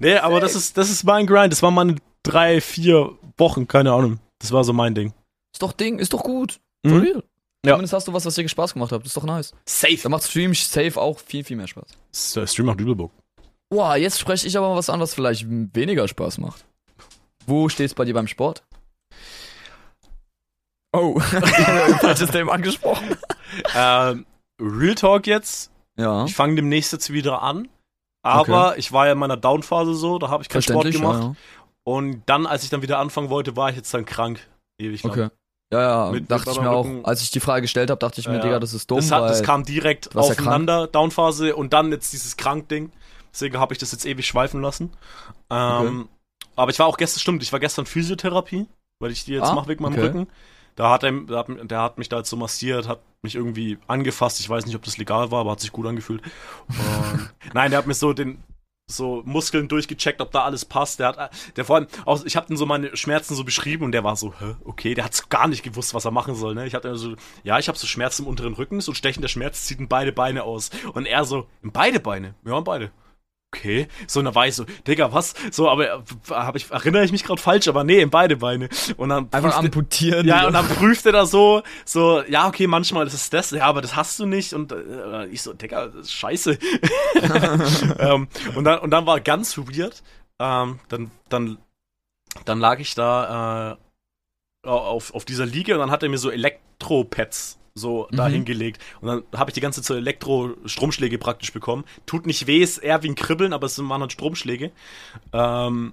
Speaker 2: nee, aber das ist, das ist mein Grind. Das waren meine drei, vier Wochen, keine Ahnung. Das war so mein Ding.
Speaker 1: Ist doch Ding, ist doch gut.
Speaker 2: Mhm.
Speaker 1: For real.
Speaker 2: Ja.
Speaker 1: Zumindest hast du was, was dir Spaß gemacht hat. Das ist doch nice. Da
Speaker 2: Safe.
Speaker 1: macht Stream safe auch viel, viel mehr Spaß.
Speaker 2: äh, Stream nach Dübelburg.
Speaker 1: Boah, jetzt spreche ich aber mal was an, was vielleicht weniger Spaß macht. Wo steht's bei dir beim Sport? Oh, falsches Thema angesprochen.
Speaker 2: ähm, Real Talk jetzt.
Speaker 1: Ja,
Speaker 2: Ich fange demnächst jetzt wieder an. Aber ich war ja in meiner Downphase so, da habe ich keinen Sport
Speaker 1: verständlich.
Speaker 2: gemacht.
Speaker 1: ja,
Speaker 2: Und dann, als ich dann wieder anfangen wollte, war ich jetzt dann krank. Ewig
Speaker 1: ja.
Speaker 2: lang.
Speaker 1: Okay. Ja, ja,
Speaker 2: Mit-
Speaker 1: dachte
Speaker 2: mit
Speaker 1: ich mir auch,
Speaker 2: Rücken-
Speaker 1: als ich die Frage gestellt habe, dachte ich mir,
Speaker 2: Ja, ja.
Speaker 1: Digga, das ist dumm,
Speaker 2: Das, hat, das
Speaker 1: weil-
Speaker 2: kam direkt
Speaker 1: Du warst ja
Speaker 2: aufeinander, Downphase und dann jetzt dieses Krankding. Deswegen habe ich das jetzt ewig schweifen lassen. Ähm, Aber ich war auch gestern, stimmt, ich war gestern Physiotherapie, weil ich die jetzt
Speaker 1: Ah,
Speaker 2: mache wegen meinem
Speaker 1: okay.
Speaker 2: Rücken. Da hat er, da hat, der hat mich da jetzt so massiert, hat mich irgendwie angefasst. Ich weiß nicht, ob das legal war, aber hat sich gut angefühlt. Und, nein, der hat mir so den so Muskeln durchgecheckt, ob da alles passt. Der hat, der vor allem, auch, ich habe dann so meine Schmerzen so beschrieben und der war so, hä, okay, der hat gar nicht gewusst, was er machen soll. Ne? Ich hatte so, ja, ich habe so Schmerzen im unteren Rücken, so ein stechender Schmerz zieht in beide Beine aus. Und er so, in beide Beine? Ja, in beide. Okay, so eine Weiße, Digga, was? So, aber äh, hab ich, erinnere ich mich gerade falsch, aber nee, in beide Beine. Und dann
Speaker 1: einfach
Speaker 2: prüfte-
Speaker 1: amputieren.
Speaker 2: ja,
Speaker 1: Digga.
Speaker 2: und dann prüft er da so, so, ja, okay, manchmal ist es das, ja, aber das hast du nicht. Und äh, ich so, Digga, das ist scheiße. ähm, und, dann, und dann war ganz weird. Ähm, dann, dann, dann lag ich da äh, auf, auf dieser Liege und dann hat er mir so Elektropads so da
Speaker 1: Mhm.
Speaker 2: hingelegt. Und dann habe ich die ganze Zeit so Elektro-Stromschläge praktisch bekommen. Tut nicht weh, ist eher wie ein Kribbeln, aber es waren halt Stromschläge. Ähm,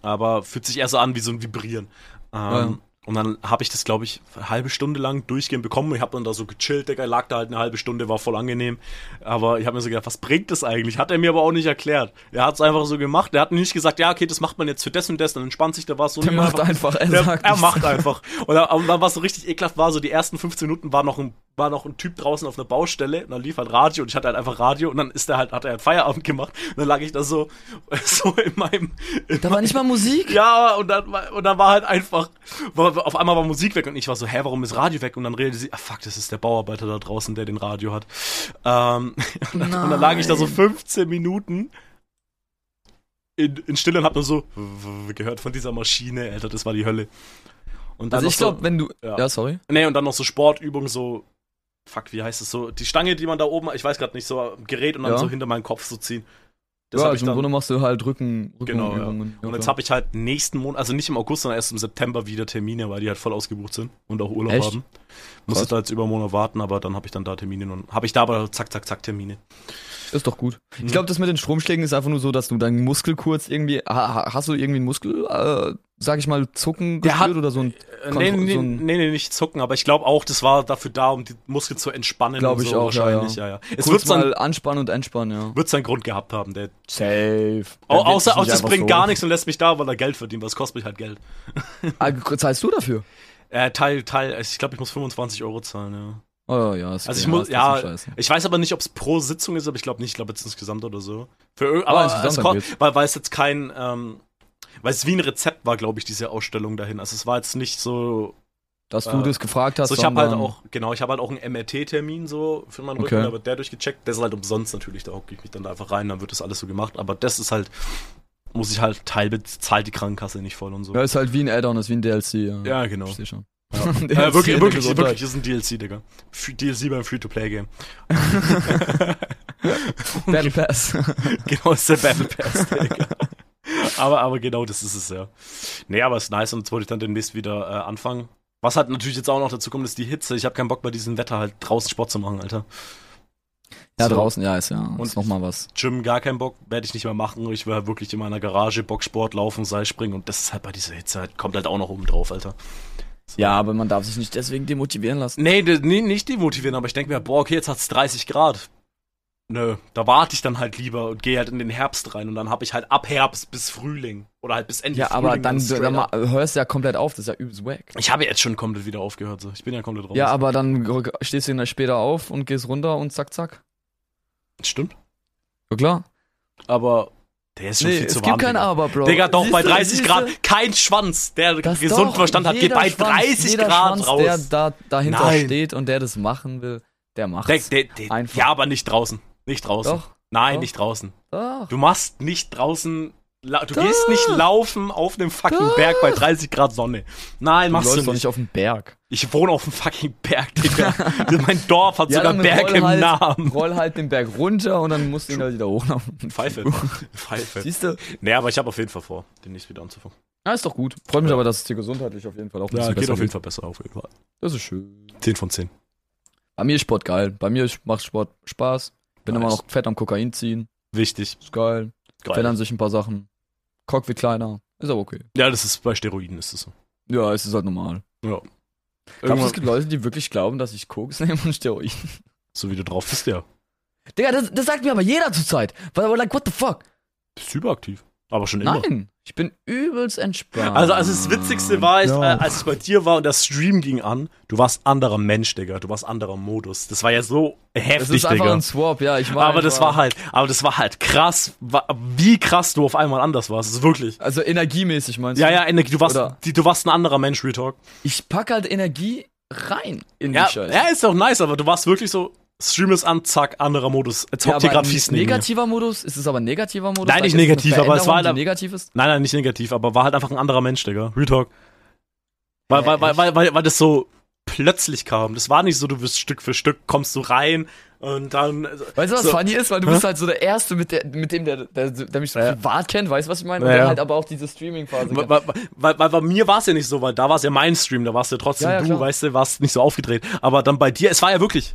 Speaker 2: aber fühlt sich eher so an wie so ein Vibrieren. Ähm,
Speaker 1: Ja.
Speaker 2: Und dann habe ich das, glaube ich, eine halbe Stunde lang durchgehend bekommen. Ich habe dann da so gechillt, Digga, lag da halt eine halbe Stunde, war voll angenehm. Aber ich habe mir so gedacht, was bringt das eigentlich? Hat er mir aber auch nicht erklärt. Er hat es einfach so gemacht. Er hat nicht gesagt, ja, okay, das macht man jetzt für das und das, dann entspannt sich da was.
Speaker 1: der macht einfach, er
Speaker 2: Der,
Speaker 1: sagt
Speaker 2: er
Speaker 1: nichts.
Speaker 2: macht einfach. Und dann, und dann war es so richtig ekelhaft, war so die ersten 15 Minuten war noch ein, war noch ein Typ draußen auf einer Baustelle und dann lief halt Radio und ich hatte halt einfach Radio und dann ist er halt, hat er halt Feierabend gemacht und dann lag ich da so, so in meinem, in
Speaker 1: Da war nicht mal Musik.
Speaker 2: ja, und dann, war- und dann war halt einfach, war, auf einmal war Musik weg und ich war so, hä, warum ist Radio weg? Und dann redete sie, ah fuck, das ist der Bauarbeiter da draußen, der den Radio hat. Ähm, und, dann, und dann lag ich da so 15 Minuten in, in Stille und hab nur so gehört von dieser Maschine, Alter, das war die Hölle. Und dann
Speaker 1: Also
Speaker 2: noch
Speaker 1: ich glaube,
Speaker 2: so,
Speaker 1: wenn du.
Speaker 2: Ja.
Speaker 1: Ja, sorry.
Speaker 2: nee, und dann noch so Sportübungen, so, fuck, wie heißt es so, die Stange, die man da oben, ich weiß gerade nicht, so am Gerät und dann
Speaker 1: Ja.
Speaker 2: so hinter meinen Kopf so ziehen. Das
Speaker 1: Ja,
Speaker 2: hab
Speaker 1: also im Grunde machst du halt Rücken,
Speaker 2: Genau, ja.
Speaker 1: Rückenübungen.
Speaker 2: Und jetzt habe ich halt nächsten Monat, also nicht im August, sondern erst im September wieder Termine, weil die halt voll ausgebucht sind und auch Urlaub
Speaker 1: Echt?
Speaker 2: haben. Muss
Speaker 1: Krass.
Speaker 2: ich da jetzt halt über einen Monat warten, aber dann habe ich dann da Termine und habe ich da aber zack, zack, zack Termine.
Speaker 1: Ist doch gut.
Speaker 2: Mhm.
Speaker 1: Ich glaube, das mit den Stromschlägen ist einfach nur so, dass du deinen Muskel kurz irgendwie. ha- ha- Hast du irgendwie einen Muskel, äh, sag ich mal, zucken
Speaker 2: Der hat-
Speaker 1: gespürt oder so ein.
Speaker 2: Äh, nee,
Speaker 1: Kontro-
Speaker 2: nee,
Speaker 1: so ein-
Speaker 2: nee, nee, nicht zucken, aber ich glaube auch, das war dafür da, um die Muskeln zu entspannen.
Speaker 1: Glaub
Speaker 2: und
Speaker 1: ich
Speaker 2: so
Speaker 1: auch, ja,
Speaker 2: wahrscheinlich, ja, ja. Es
Speaker 1: kurz
Speaker 2: wird seinen,
Speaker 1: mal anspannen und entspannen, ja.
Speaker 2: wird seinen Grund gehabt haben. Der,
Speaker 1: Safe.
Speaker 2: au, außer, außer es bringt gar nichts und lässt mich da, weil er Geld verdient, weil es kostet mich halt Geld.
Speaker 1: Ah, ge- zahlst du dafür?
Speaker 2: Äh, Teil, Teil, ich glaube, ich muss 25 Euro zahlen, ja.
Speaker 1: Oh ja, ist
Speaker 2: Also ich
Speaker 1: klar,
Speaker 2: muss,
Speaker 1: ist trotzdem
Speaker 2: ja,
Speaker 1: scheiße.
Speaker 2: ich weiß aber nicht, ob es pro Sitzung ist, aber ich glaube nicht, ich glaube jetzt insgesamt oder so. Für, ir-
Speaker 1: Ah,
Speaker 2: aber
Speaker 1: insgesamt
Speaker 2: es
Speaker 1: dann
Speaker 2: ko-
Speaker 1: geht's.
Speaker 2: weil, weil es jetzt kein, ähm, weil es wie ein Rezept war, glaube ich, diese Ausstellung dahin. Also es war jetzt nicht so,
Speaker 1: Dass du
Speaker 2: äh,
Speaker 1: das gefragt hast.
Speaker 2: so ich habe halt
Speaker 1: sondern-
Speaker 2: auch, genau, ich habe halt auch einen MRT-Termin so für meinen Rücken,
Speaker 1: Okay.
Speaker 2: da wird der durchgecheckt, der ist halt umsonst natürlich, da hocke ich mich dann da einfach rein, dann wird das alles so gemacht, aber das ist halt, muss ich halt, Teil zahlt die Krankenkasse nicht voll und so.
Speaker 1: Ja, ist halt wie ein Add-on, ist wie ein DLC. Ja,
Speaker 2: Ja, genau.
Speaker 1: Versteh schon.
Speaker 2: Ja.
Speaker 1: DLC
Speaker 2: Ja, wirklich,
Speaker 1: in der
Speaker 2: wirklich,
Speaker 1: Gesundheit.
Speaker 2: wirklich, ist ein DLC, Digga. F DLC beim Free-to-Play-Game.
Speaker 1: Battle Pass.
Speaker 2: genau, ist der Battle Pass, Digga. aber, aber genau, das ist es ja. Nee, aber ist nice und jetzt wollte ich dann demnächst wieder äh, anfangen. Was halt natürlich jetzt auch noch dazu kommt, ist die Hitze. Ich habe keinen Bock bei diesem Wetter halt draußen Sport zu machen, Alter.
Speaker 1: ja,
Speaker 2: So,
Speaker 1: draußen, ja, ist ja.
Speaker 2: Und-
Speaker 1: ist nochmal was.
Speaker 2: Gym gar keinen Bock, werde ich nicht mehr machen. Ich will halt wirklich in meiner Garage Bocksport laufen, Seil springen und das ist halt bei dieser Hitze halt, kommt halt auch noch oben drauf, Alter. So.
Speaker 1: Ja, aber man darf sich nicht deswegen demotivieren lassen.
Speaker 2: Nee, de- nee, nicht demotivieren, aber ich denke mir, boah, okay, jetzt hat's 30 Grad. Nö, da warte ich dann halt lieber und gehe halt in den Herbst rein und dann habe ich halt ab Herbst bis Frühling oder halt bis Ende
Speaker 1: Ja,
Speaker 2: Frühling.
Speaker 1: aber dann,
Speaker 2: straight
Speaker 1: dann
Speaker 2: up.
Speaker 1: ma- hörst du ja komplett auf, das ist ja übelst wack.
Speaker 2: Ich habe jetzt schon komplett wieder aufgehört, so. Ich bin ja komplett raus.
Speaker 1: Ja, aber dann rück- stehst du dann später auf und gehst runter und zack, zack.
Speaker 2: stimmt.
Speaker 1: Ja, klar.
Speaker 2: Aber der ist schon viel
Speaker 1: es
Speaker 2: zu
Speaker 1: gibt
Speaker 2: warm.
Speaker 1: kein
Speaker 2: Digga.
Speaker 1: Aber, Bro.
Speaker 2: Digga, doch bei 30
Speaker 1: siehste?
Speaker 2: Grad kein Schwanz, der
Speaker 1: Das
Speaker 2: gesunden
Speaker 1: doch,
Speaker 2: Verstand hat, geht
Speaker 1: jeder
Speaker 2: bei
Speaker 1: Schwanz-
Speaker 2: 30
Speaker 1: jeder
Speaker 2: Grad
Speaker 1: Schwanz,
Speaker 2: raus.
Speaker 1: der da dahinter
Speaker 2: Nein.
Speaker 1: steht und der das machen will, der macht's.
Speaker 2: Der- der- der-
Speaker 1: Einfach.
Speaker 2: ja, aber nicht draußen. Nicht draußen.
Speaker 1: doch,
Speaker 2: Nein,
Speaker 1: Doch.
Speaker 2: nicht draußen.
Speaker 1: doch.
Speaker 2: Du machst nicht draußen La du gehst nicht laufen auf einem fucking Berg bei 30 Grad Sonne. Nein,
Speaker 1: Du
Speaker 2: machst
Speaker 1: läufst
Speaker 2: du
Speaker 1: doch
Speaker 2: nicht.
Speaker 1: nicht auf den Berg.
Speaker 2: Ich wohne auf einem fucking Berg, Digga. mein Dorf hat sogar
Speaker 1: dann
Speaker 2: Berg
Speaker 1: roll
Speaker 2: im
Speaker 1: halt,
Speaker 2: Namen.
Speaker 1: Roll halt den Berg runter und dann musst du ihn halt wieder hochlaufen.
Speaker 2: Pfeife. Pfeife.
Speaker 1: Siehst du?
Speaker 2: Nee, aber ich habe auf jeden Fall vor, demnächst wieder anzufangen.
Speaker 1: Ja, ist doch gut. Freut mich aber, dass es dir gesundheitlich auf jeden Fall auch ein bisschen besser
Speaker 2: Fall besser, auf jeden Fall.
Speaker 1: Das ist schön.
Speaker 2: 10 von 10.
Speaker 1: Bei mir ist Sport geil. Bei mir ist- macht Sport Spaß. Bin
Speaker 2: Nice.
Speaker 1: immer noch fett am Kokain ziehen.
Speaker 2: Wichtig.
Speaker 1: Ist geil.
Speaker 2: Geil.
Speaker 1: Verändern sich ein paar Sachen. Cock wird kleiner. Ist aber okay.
Speaker 2: Ja, das ist bei Steroiden ist es so.
Speaker 1: Ja, es ist halt normal. Ich glaube, es gibt Leute, die wirklich glauben, dass ich Koks nehme und Steroid.
Speaker 2: so wie du drauf bist, ja.
Speaker 1: Digga, das, das sagt mir aber jeder zurzeit. Weil, aber like, what the fuck?
Speaker 2: Bist hyperaktiv. Aber schon immer.
Speaker 1: Nein, ich bin übelst entspannt.
Speaker 2: Also, also das Witzigste war, ist,
Speaker 1: Ja.
Speaker 2: äh, als es bei dir war und der Stream ging an, du warst anderer Mensch, Digga. Du warst anderer Modus. Das war ja so
Speaker 1: Es
Speaker 2: heftig,
Speaker 1: ist einfach
Speaker 2: Digga.
Speaker 1: ein Swap, ja, ich war
Speaker 2: Aber das
Speaker 1: einfach-
Speaker 2: war halt, aber das war halt krass, wa- wie krass du auf einmal anders warst. Das ist wirklich.
Speaker 1: Also energiemäßig meinst
Speaker 2: Ja,
Speaker 1: du?
Speaker 2: ja, Energie, du warst,
Speaker 1: Oder-
Speaker 2: die, du warst ein anderer Mensch, Retalk.
Speaker 1: Ich pack halt Energie rein in
Speaker 2: Ja,
Speaker 1: die Scheiße.
Speaker 2: ja, ist doch nice, aber du warst wirklich so, Stream ist an, zack, anderer Modus. Jetzt hockt hier
Speaker 1: aber
Speaker 2: gerade fies neben mir.
Speaker 1: negativer Modus? Ist es aber ein negativer Modus?
Speaker 2: Nein,
Speaker 1: Da
Speaker 2: nicht
Speaker 1: ist eine
Speaker 2: negativ, aber es war
Speaker 1: Veränderung,
Speaker 2: halt-
Speaker 1: die negativ ist?
Speaker 2: Nein, nein, nicht negativ, aber war halt einfach ein anderer Mensch, Digga. Retalk. Weil, weil, weil, weil, weil, weil das so plötzlich kam. Das war nicht so, du wirst Stück für Stück, kommst du rein und dann. also-
Speaker 1: Weißt du, was
Speaker 2: So.
Speaker 1: funny ist? Weil du
Speaker 2: Hä?
Speaker 1: bist halt so der Erste, mit, der, mit dem, der, der, der mich privat kennt, weißt du, was ich meine? Und
Speaker 2: Ja,
Speaker 1: der
Speaker 2: ja.
Speaker 1: halt aber auch diese Streaming-Phase
Speaker 2: Weil,
Speaker 1: kennt.
Speaker 2: weil, weil, weil bei mir war es ja nicht so, weil da war es ja mein Stream, da warst ja trotzdem
Speaker 1: Ja, ja,
Speaker 2: du,
Speaker 1: klar.
Speaker 2: weißt du, warst nicht so aufgedreht. Aber dann bei dir, es war ja wirklich,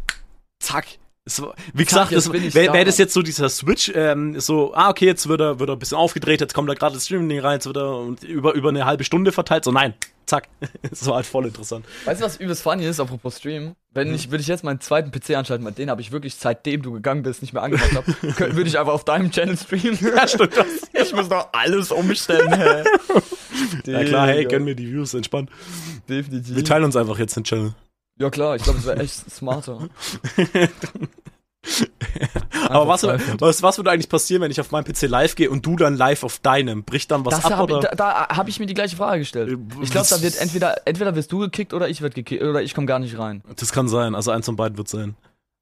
Speaker 2: zack. Es war, wie gesagt,
Speaker 1: jetzt
Speaker 2: das-
Speaker 1: bin ich
Speaker 2: wäre
Speaker 1: da.
Speaker 2: wär das jetzt so dieser Switch, ähm, so, ah, okay, jetzt wird er, wird er ein bisschen aufgedreht, jetzt kommt da gerade das Streaming rein, jetzt wird er und über, über eine halbe Stunde verteilt, so nein, zack. Es war halt voll interessant.
Speaker 1: Weißt du, was übelst funny ist, apropos Stream?
Speaker 2: Hm.
Speaker 1: Wenn ich, würde ich jetzt meinen zweiten PC anschalten, weil den habe ich wirklich, seitdem du gegangen bist, nicht mehr angemacht hab, könnt- würde ich einfach auf deinem Channel streamen.
Speaker 2: Ja, stimmt. Das.
Speaker 1: ich muss doch alles umstellen, hä?
Speaker 2: Ja klar, hey,
Speaker 1: Digga,
Speaker 2: gönn mir die Views, entspannt. Wir
Speaker 1: Definitiv.
Speaker 2: teilen uns einfach jetzt den Channel.
Speaker 1: Ja klar, ich glaube, es wäre echt smarter.
Speaker 2: Aber was,
Speaker 1: Einfach zweifelt.
Speaker 2: was, was würde eigentlich passieren, wenn ich auf meinem PC live gehe und du dann live auf deinem? Bricht dann was
Speaker 1: Das
Speaker 2: ab
Speaker 1: hab,
Speaker 2: oder?
Speaker 1: da da habe ich mir die gleiche Frage gestellt. Ich glaube, da wird entweder entweder wirst du gekickt oder ich werd gekickt oder ich komme gar nicht rein.
Speaker 2: Das kann sein, also eins von beiden wird sein.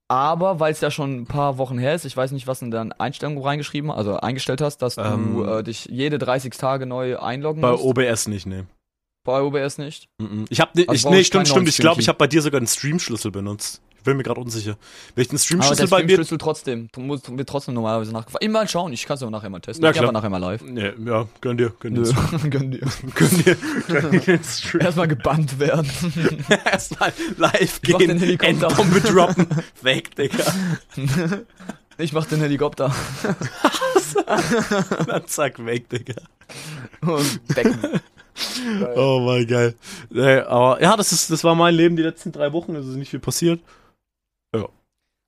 Speaker 1: Aber weil es ja schon ein paar Wochen her ist, ich weiß nicht, was in deinen Einstellungen reingeschrieben, also eingestellt hast, dass
Speaker 2: Ähm.
Speaker 1: du äh, dich jede 30 Tage neu einloggen
Speaker 2: Bei
Speaker 1: musst.
Speaker 2: OBS nicht, nee.
Speaker 1: bei OBS nicht.
Speaker 2: Mhm. Ich hab ne,
Speaker 1: Also
Speaker 2: ich,
Speaker 1: brauche
Speaker 2: nee,
Speaker 1: ich keinen
Speaker 2: stimmt, stimmt. Ich
Speaker 1: neuen
Speaker 2: glaube, ich
Speaker 1: Stream-Key.
Speaker 2: habe bei dir sogar einen Stream-Schlüssel benutzt. Ich bin mir gerade unsicher. Wenn ich
Speaker 1: Aber
Speaker 2: den
Speaker 1: der
Speaker 2: Stream-Schlüssel bei mir.
Speaker 1: Streamschlüssel trotzdem, du musst, wird trotzdem normalerweise nachgefragt. Immer schauen, ich kann es aber nachher mal testen.
Speaker 2: Na
Speaker 1: ich geh
Speaker 2: klar.
Speaker 1: einfach nachher mal live.
Speaker 2: Nee, ja, gönn dir, gönn
Speaker 1: Nö,
Speaker 2: dir.
Speaker 1: gönn dir.
Speaker 2: Gönn dir, gönn dir den Stream.
Speaker 1: Erstmal gebannt werden.
Speaker 2: Erstmal live
Speaker 1: mach
Speaker 2: gehen,
Speaker 1: den Helikopter.
Speaker 2: Endbombe droppen. Weg, Digga.
Speaker 1: Ich mach den Helikopter.
Speaker 2: Dann zack, weg, Digga.
Speaker 1: Und weg.
Speaker 2: Oh mein geil. Nee, aber ja, das ist das war mein Leben die letzten drei Wochen, also ist nicht viel passiert.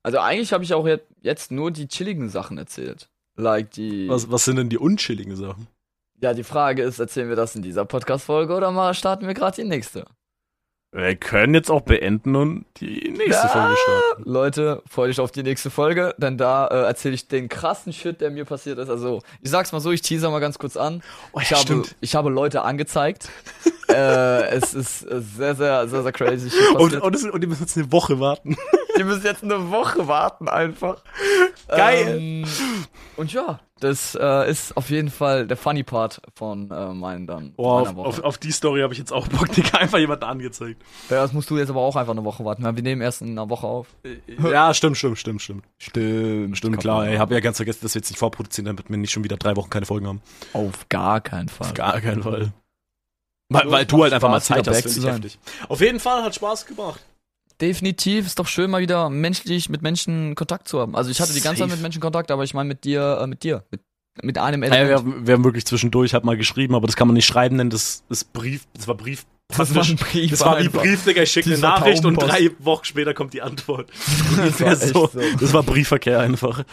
Speaker 1: Also eigentlich habe ich auch jetzt- jetzt nur die chilligen Sachen erzählt. Like die.
Speaker 2: Was, was sind denn die unchilligen Sachen?
Speaker 1: Ja, die Frage ist, erzählen wir das in dieser Podcast-Folge oder mal starten wir gerade die nächste?
Speaker 2: Wir können jetzt auch beenden und die
Speaker 1: Ja.
Speaker 2: nächste Folge starten.
Speaker 1: Leute, freut euch auf die nächste Folge, denn da äh, erzähle ich den krassen Shit, der mir passiert ist. Also, ich sag's mal so, ich teaser mal ganz kurz an.
Speaker 2: Oh,
Speaker 1: Ich habe, ich habe Leute angezeigt. äh, es ist äh, sehr, sehr, sehr, sehr crazy. Shit
Speaker 2: Und,
Speaker 1: passiert.
Speaker 2: und, es- und ihr müsst jetzt eine Woche warten.
Speaker 1: Ihr müsst jetzt eine Woche warten einfach.
Speaker 2: Geil.
Speaker 1: Ähm, und ja, das äh, ist auf jeden Fall der funny Part von äh, meinen dann.
Speaker 2: Boah,
Speaker 1: meiner
Speaker 2: Oh, auf,
Speaker 1: Woche.
Speaker 2: auf, auf die Story habe ich jetzt auch Bock, Digga, einfach jemanden angezeigt.
Speaker 1: Ja, das musst du jetzt aber auch einfach eine Woche warten, weil wir nehmen erst in einer Woche auf.
Speaker 2: Äh, Ja, stimmt, stimmt, stimmt, stimmt.
Speaker 1: Stimmt,
Speaker 2: Stimmt, klar, ich habe ja ganz vergessen, dass wir jetzt nicht vorproduzieren, damit wir nicht schon wieder drei Wochen keine Folgen haben.
Speaker 1: Auf gar keinen Fall.
Speaker 2: Gar keinen Fall. Weil,
Speaker 1: So,
Speaker 2: weil
Speaker 1: es
Speaker 2: du
Speaker 1: macht
Speaker 2: halt einfach mal
Speaker 1: Spaß,
Speaker 2: Zeit
Speaker 1: wieder
Speaker 2: hast,
Speaker 1: back
Speaker 2: finde
Speaker 1: zu
Speaker 2: ich
Speaker 1: sein.
Speaker 2: heftig. Auf jeden Fall hat Spaß gemacht.
Speaker 1: Definitiv ist doch schön, mal wieder menschlich mit Menschen Kontakt zu haben. Also ich hatte die ganze Zeit
Speaker 2: Safe.
Speaker 1: mit Menschen Kontakt, aber ich meine mit dir, äh, mit dir, mit, mit einem
Speaker 2: Ey,
Speaker 1: Element.
Speaker 2: Ah wir, haben- wir haben wirklich zwischendurch halt mal geschrieben, aber das kann man nicht schreiben, denn das ist Brief, das war Brief.
Speaker 1: das war ein Brief.
Speaker 2: Das war wie
Speaker 1: einfach.
Speaker 2: Brief, Digga, ich schicke eine
Speaker 1: Dieser
Speaker 2: Nachricht und
Speaker 1: Taubenpost.
Speaker 2: drei Wochen später kommt die Antwort.
Speaker 1: Das war
Speaker 2: Ungefähr
Speaker 1: echt
Speaker 2: so.
Speaker 1: so.
Speaker 2: Das war Briefverkehr einfach.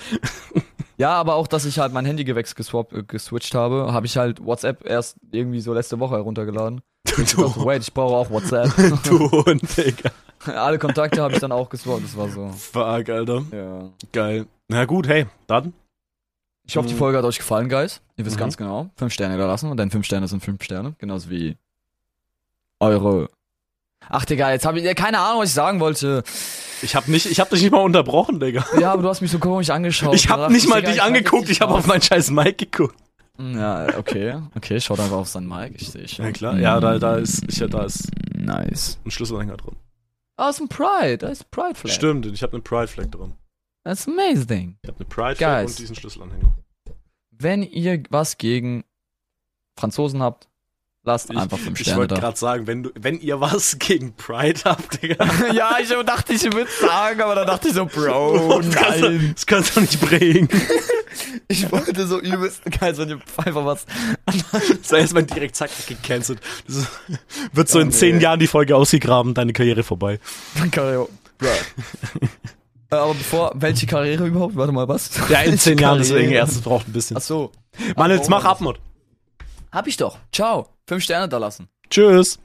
Speaker 1: Ja, aber auch, dass ich halt mein Handy gewechselt geswap, äh, geswitcht habe, habe ich halt WhatsApp erst irgendwie so letzte Woche heruntergeladen.
Speaker 2: Du,
Speaker 1: Ich dachte, wait, ich brauche auch WhatsApp.
Speaker 2: du Hund, Digga.
Speaker 1: Alle Kontakte habe ich dann auch geswappt. Das war so.
Speaker 2: Fuck, Alter.
Speaker 1: Ja.
Speaker 2: Geil. Na gut, hey, dann.
Speaker 1: Ich hoffe, die
Speaker 2: Mhm.
Speaker 1: Folge hat euch gefallen, Guys. Ihr wisst
Speaker 2: Mhm.
Speaker 1: ganz genau. Fünf Sterne da lassen und dann fünf Sterne sind fünf Sterne. Genauso wie eure. Ach, Digga, jetzt habe ich ja, keine Ahnung, was ich sagen wollte.
Speaker 2: Ich hab nicht, ich hab dich nicht mal unterbrochen, Digga.
Speaker 1: Ja, aber du hast mich so komisch angeschaut.
Speaker 2: Ich
Speaker 1: Da
Speaker 2: hab
Speaker 1: dachte
Speaker 2: nicht
Speaker 1: Oh,
Speaker 2: mal
Speaker 1: Digga,
Speaker 2: dich
Speaker 1: ich weiß
Speaker 2: angeguckt,
Speaker 1: jetzt
Speaker 2: ich hab
Speaker 1: nicht
Speaker 2: auf meinen scheiß Mic geguckt.
Speaker 1: Ja, okay. Okay, schaut einfach auf sein Mic, ich sehe schon.
Speaker 2: Ja, klar. Ja, da, da, ist, ich, da ist
Speaker 1: Nice.
Speaker 2: ein Schlüsselanhänger drin.
Speaker 1: Oh, ist ein Pride, da ist ein Pride Flag.
Speaker 2: Stimmt, ich habe eine Pride Flag drin.
Speaker 1: That's amazing.
Speaker 2: Ich habe eine Pride Flag
Speaker 1: Guys.
Speaker 2: und diesen Schlüsselanhänger.
Speaker 1: Wenn ihr was gegen Franzosen habt, lasst
Speaker 2: Ich-
Speaker 1: einfach fünf
Speaker 2: Ich
Speaker 1: Sterne
Speaker 2: wollte
Speaker 1: da.
Speaker 2: gerade sagen, wenn, du, wenn ihr was gegen Pride habt, Digga.
Speaker 1: ja, ich dachte, ich würde sagen, aber dann dachte ich so, Bro,
Speaker 2: das, kannst du, das kannst du nicht bringen.
Speaker 1: Ich wollte so übelst geil, so einfach was.
Speaker 2: Sei erstmal direkt zack gecancelt. Das ist, wird so
Speaker 1: Ja,
Speaker 2: in
Speaker 1: nee.
Speaker 2: zehn Jahren die Folge ausgegraben, deine Karriere vorbei.
Speaker 1: Karriere. Äh, aber bevor, welche Karriere überhaupt? Warte mal, was?
Speaker 2: Ja, in zehn Jahren, deswegen
Speaker 1: Karriere.
Speaker 2: erst, es braucht ein bisschen.
Speaker 1: Ach so.
Speaker 2: Mann, jetzt mach Abmod.
Speaker 1: Hab ich doch. Ciao. Fünf Sterne da lassen.
Speaker 2: Tschüss.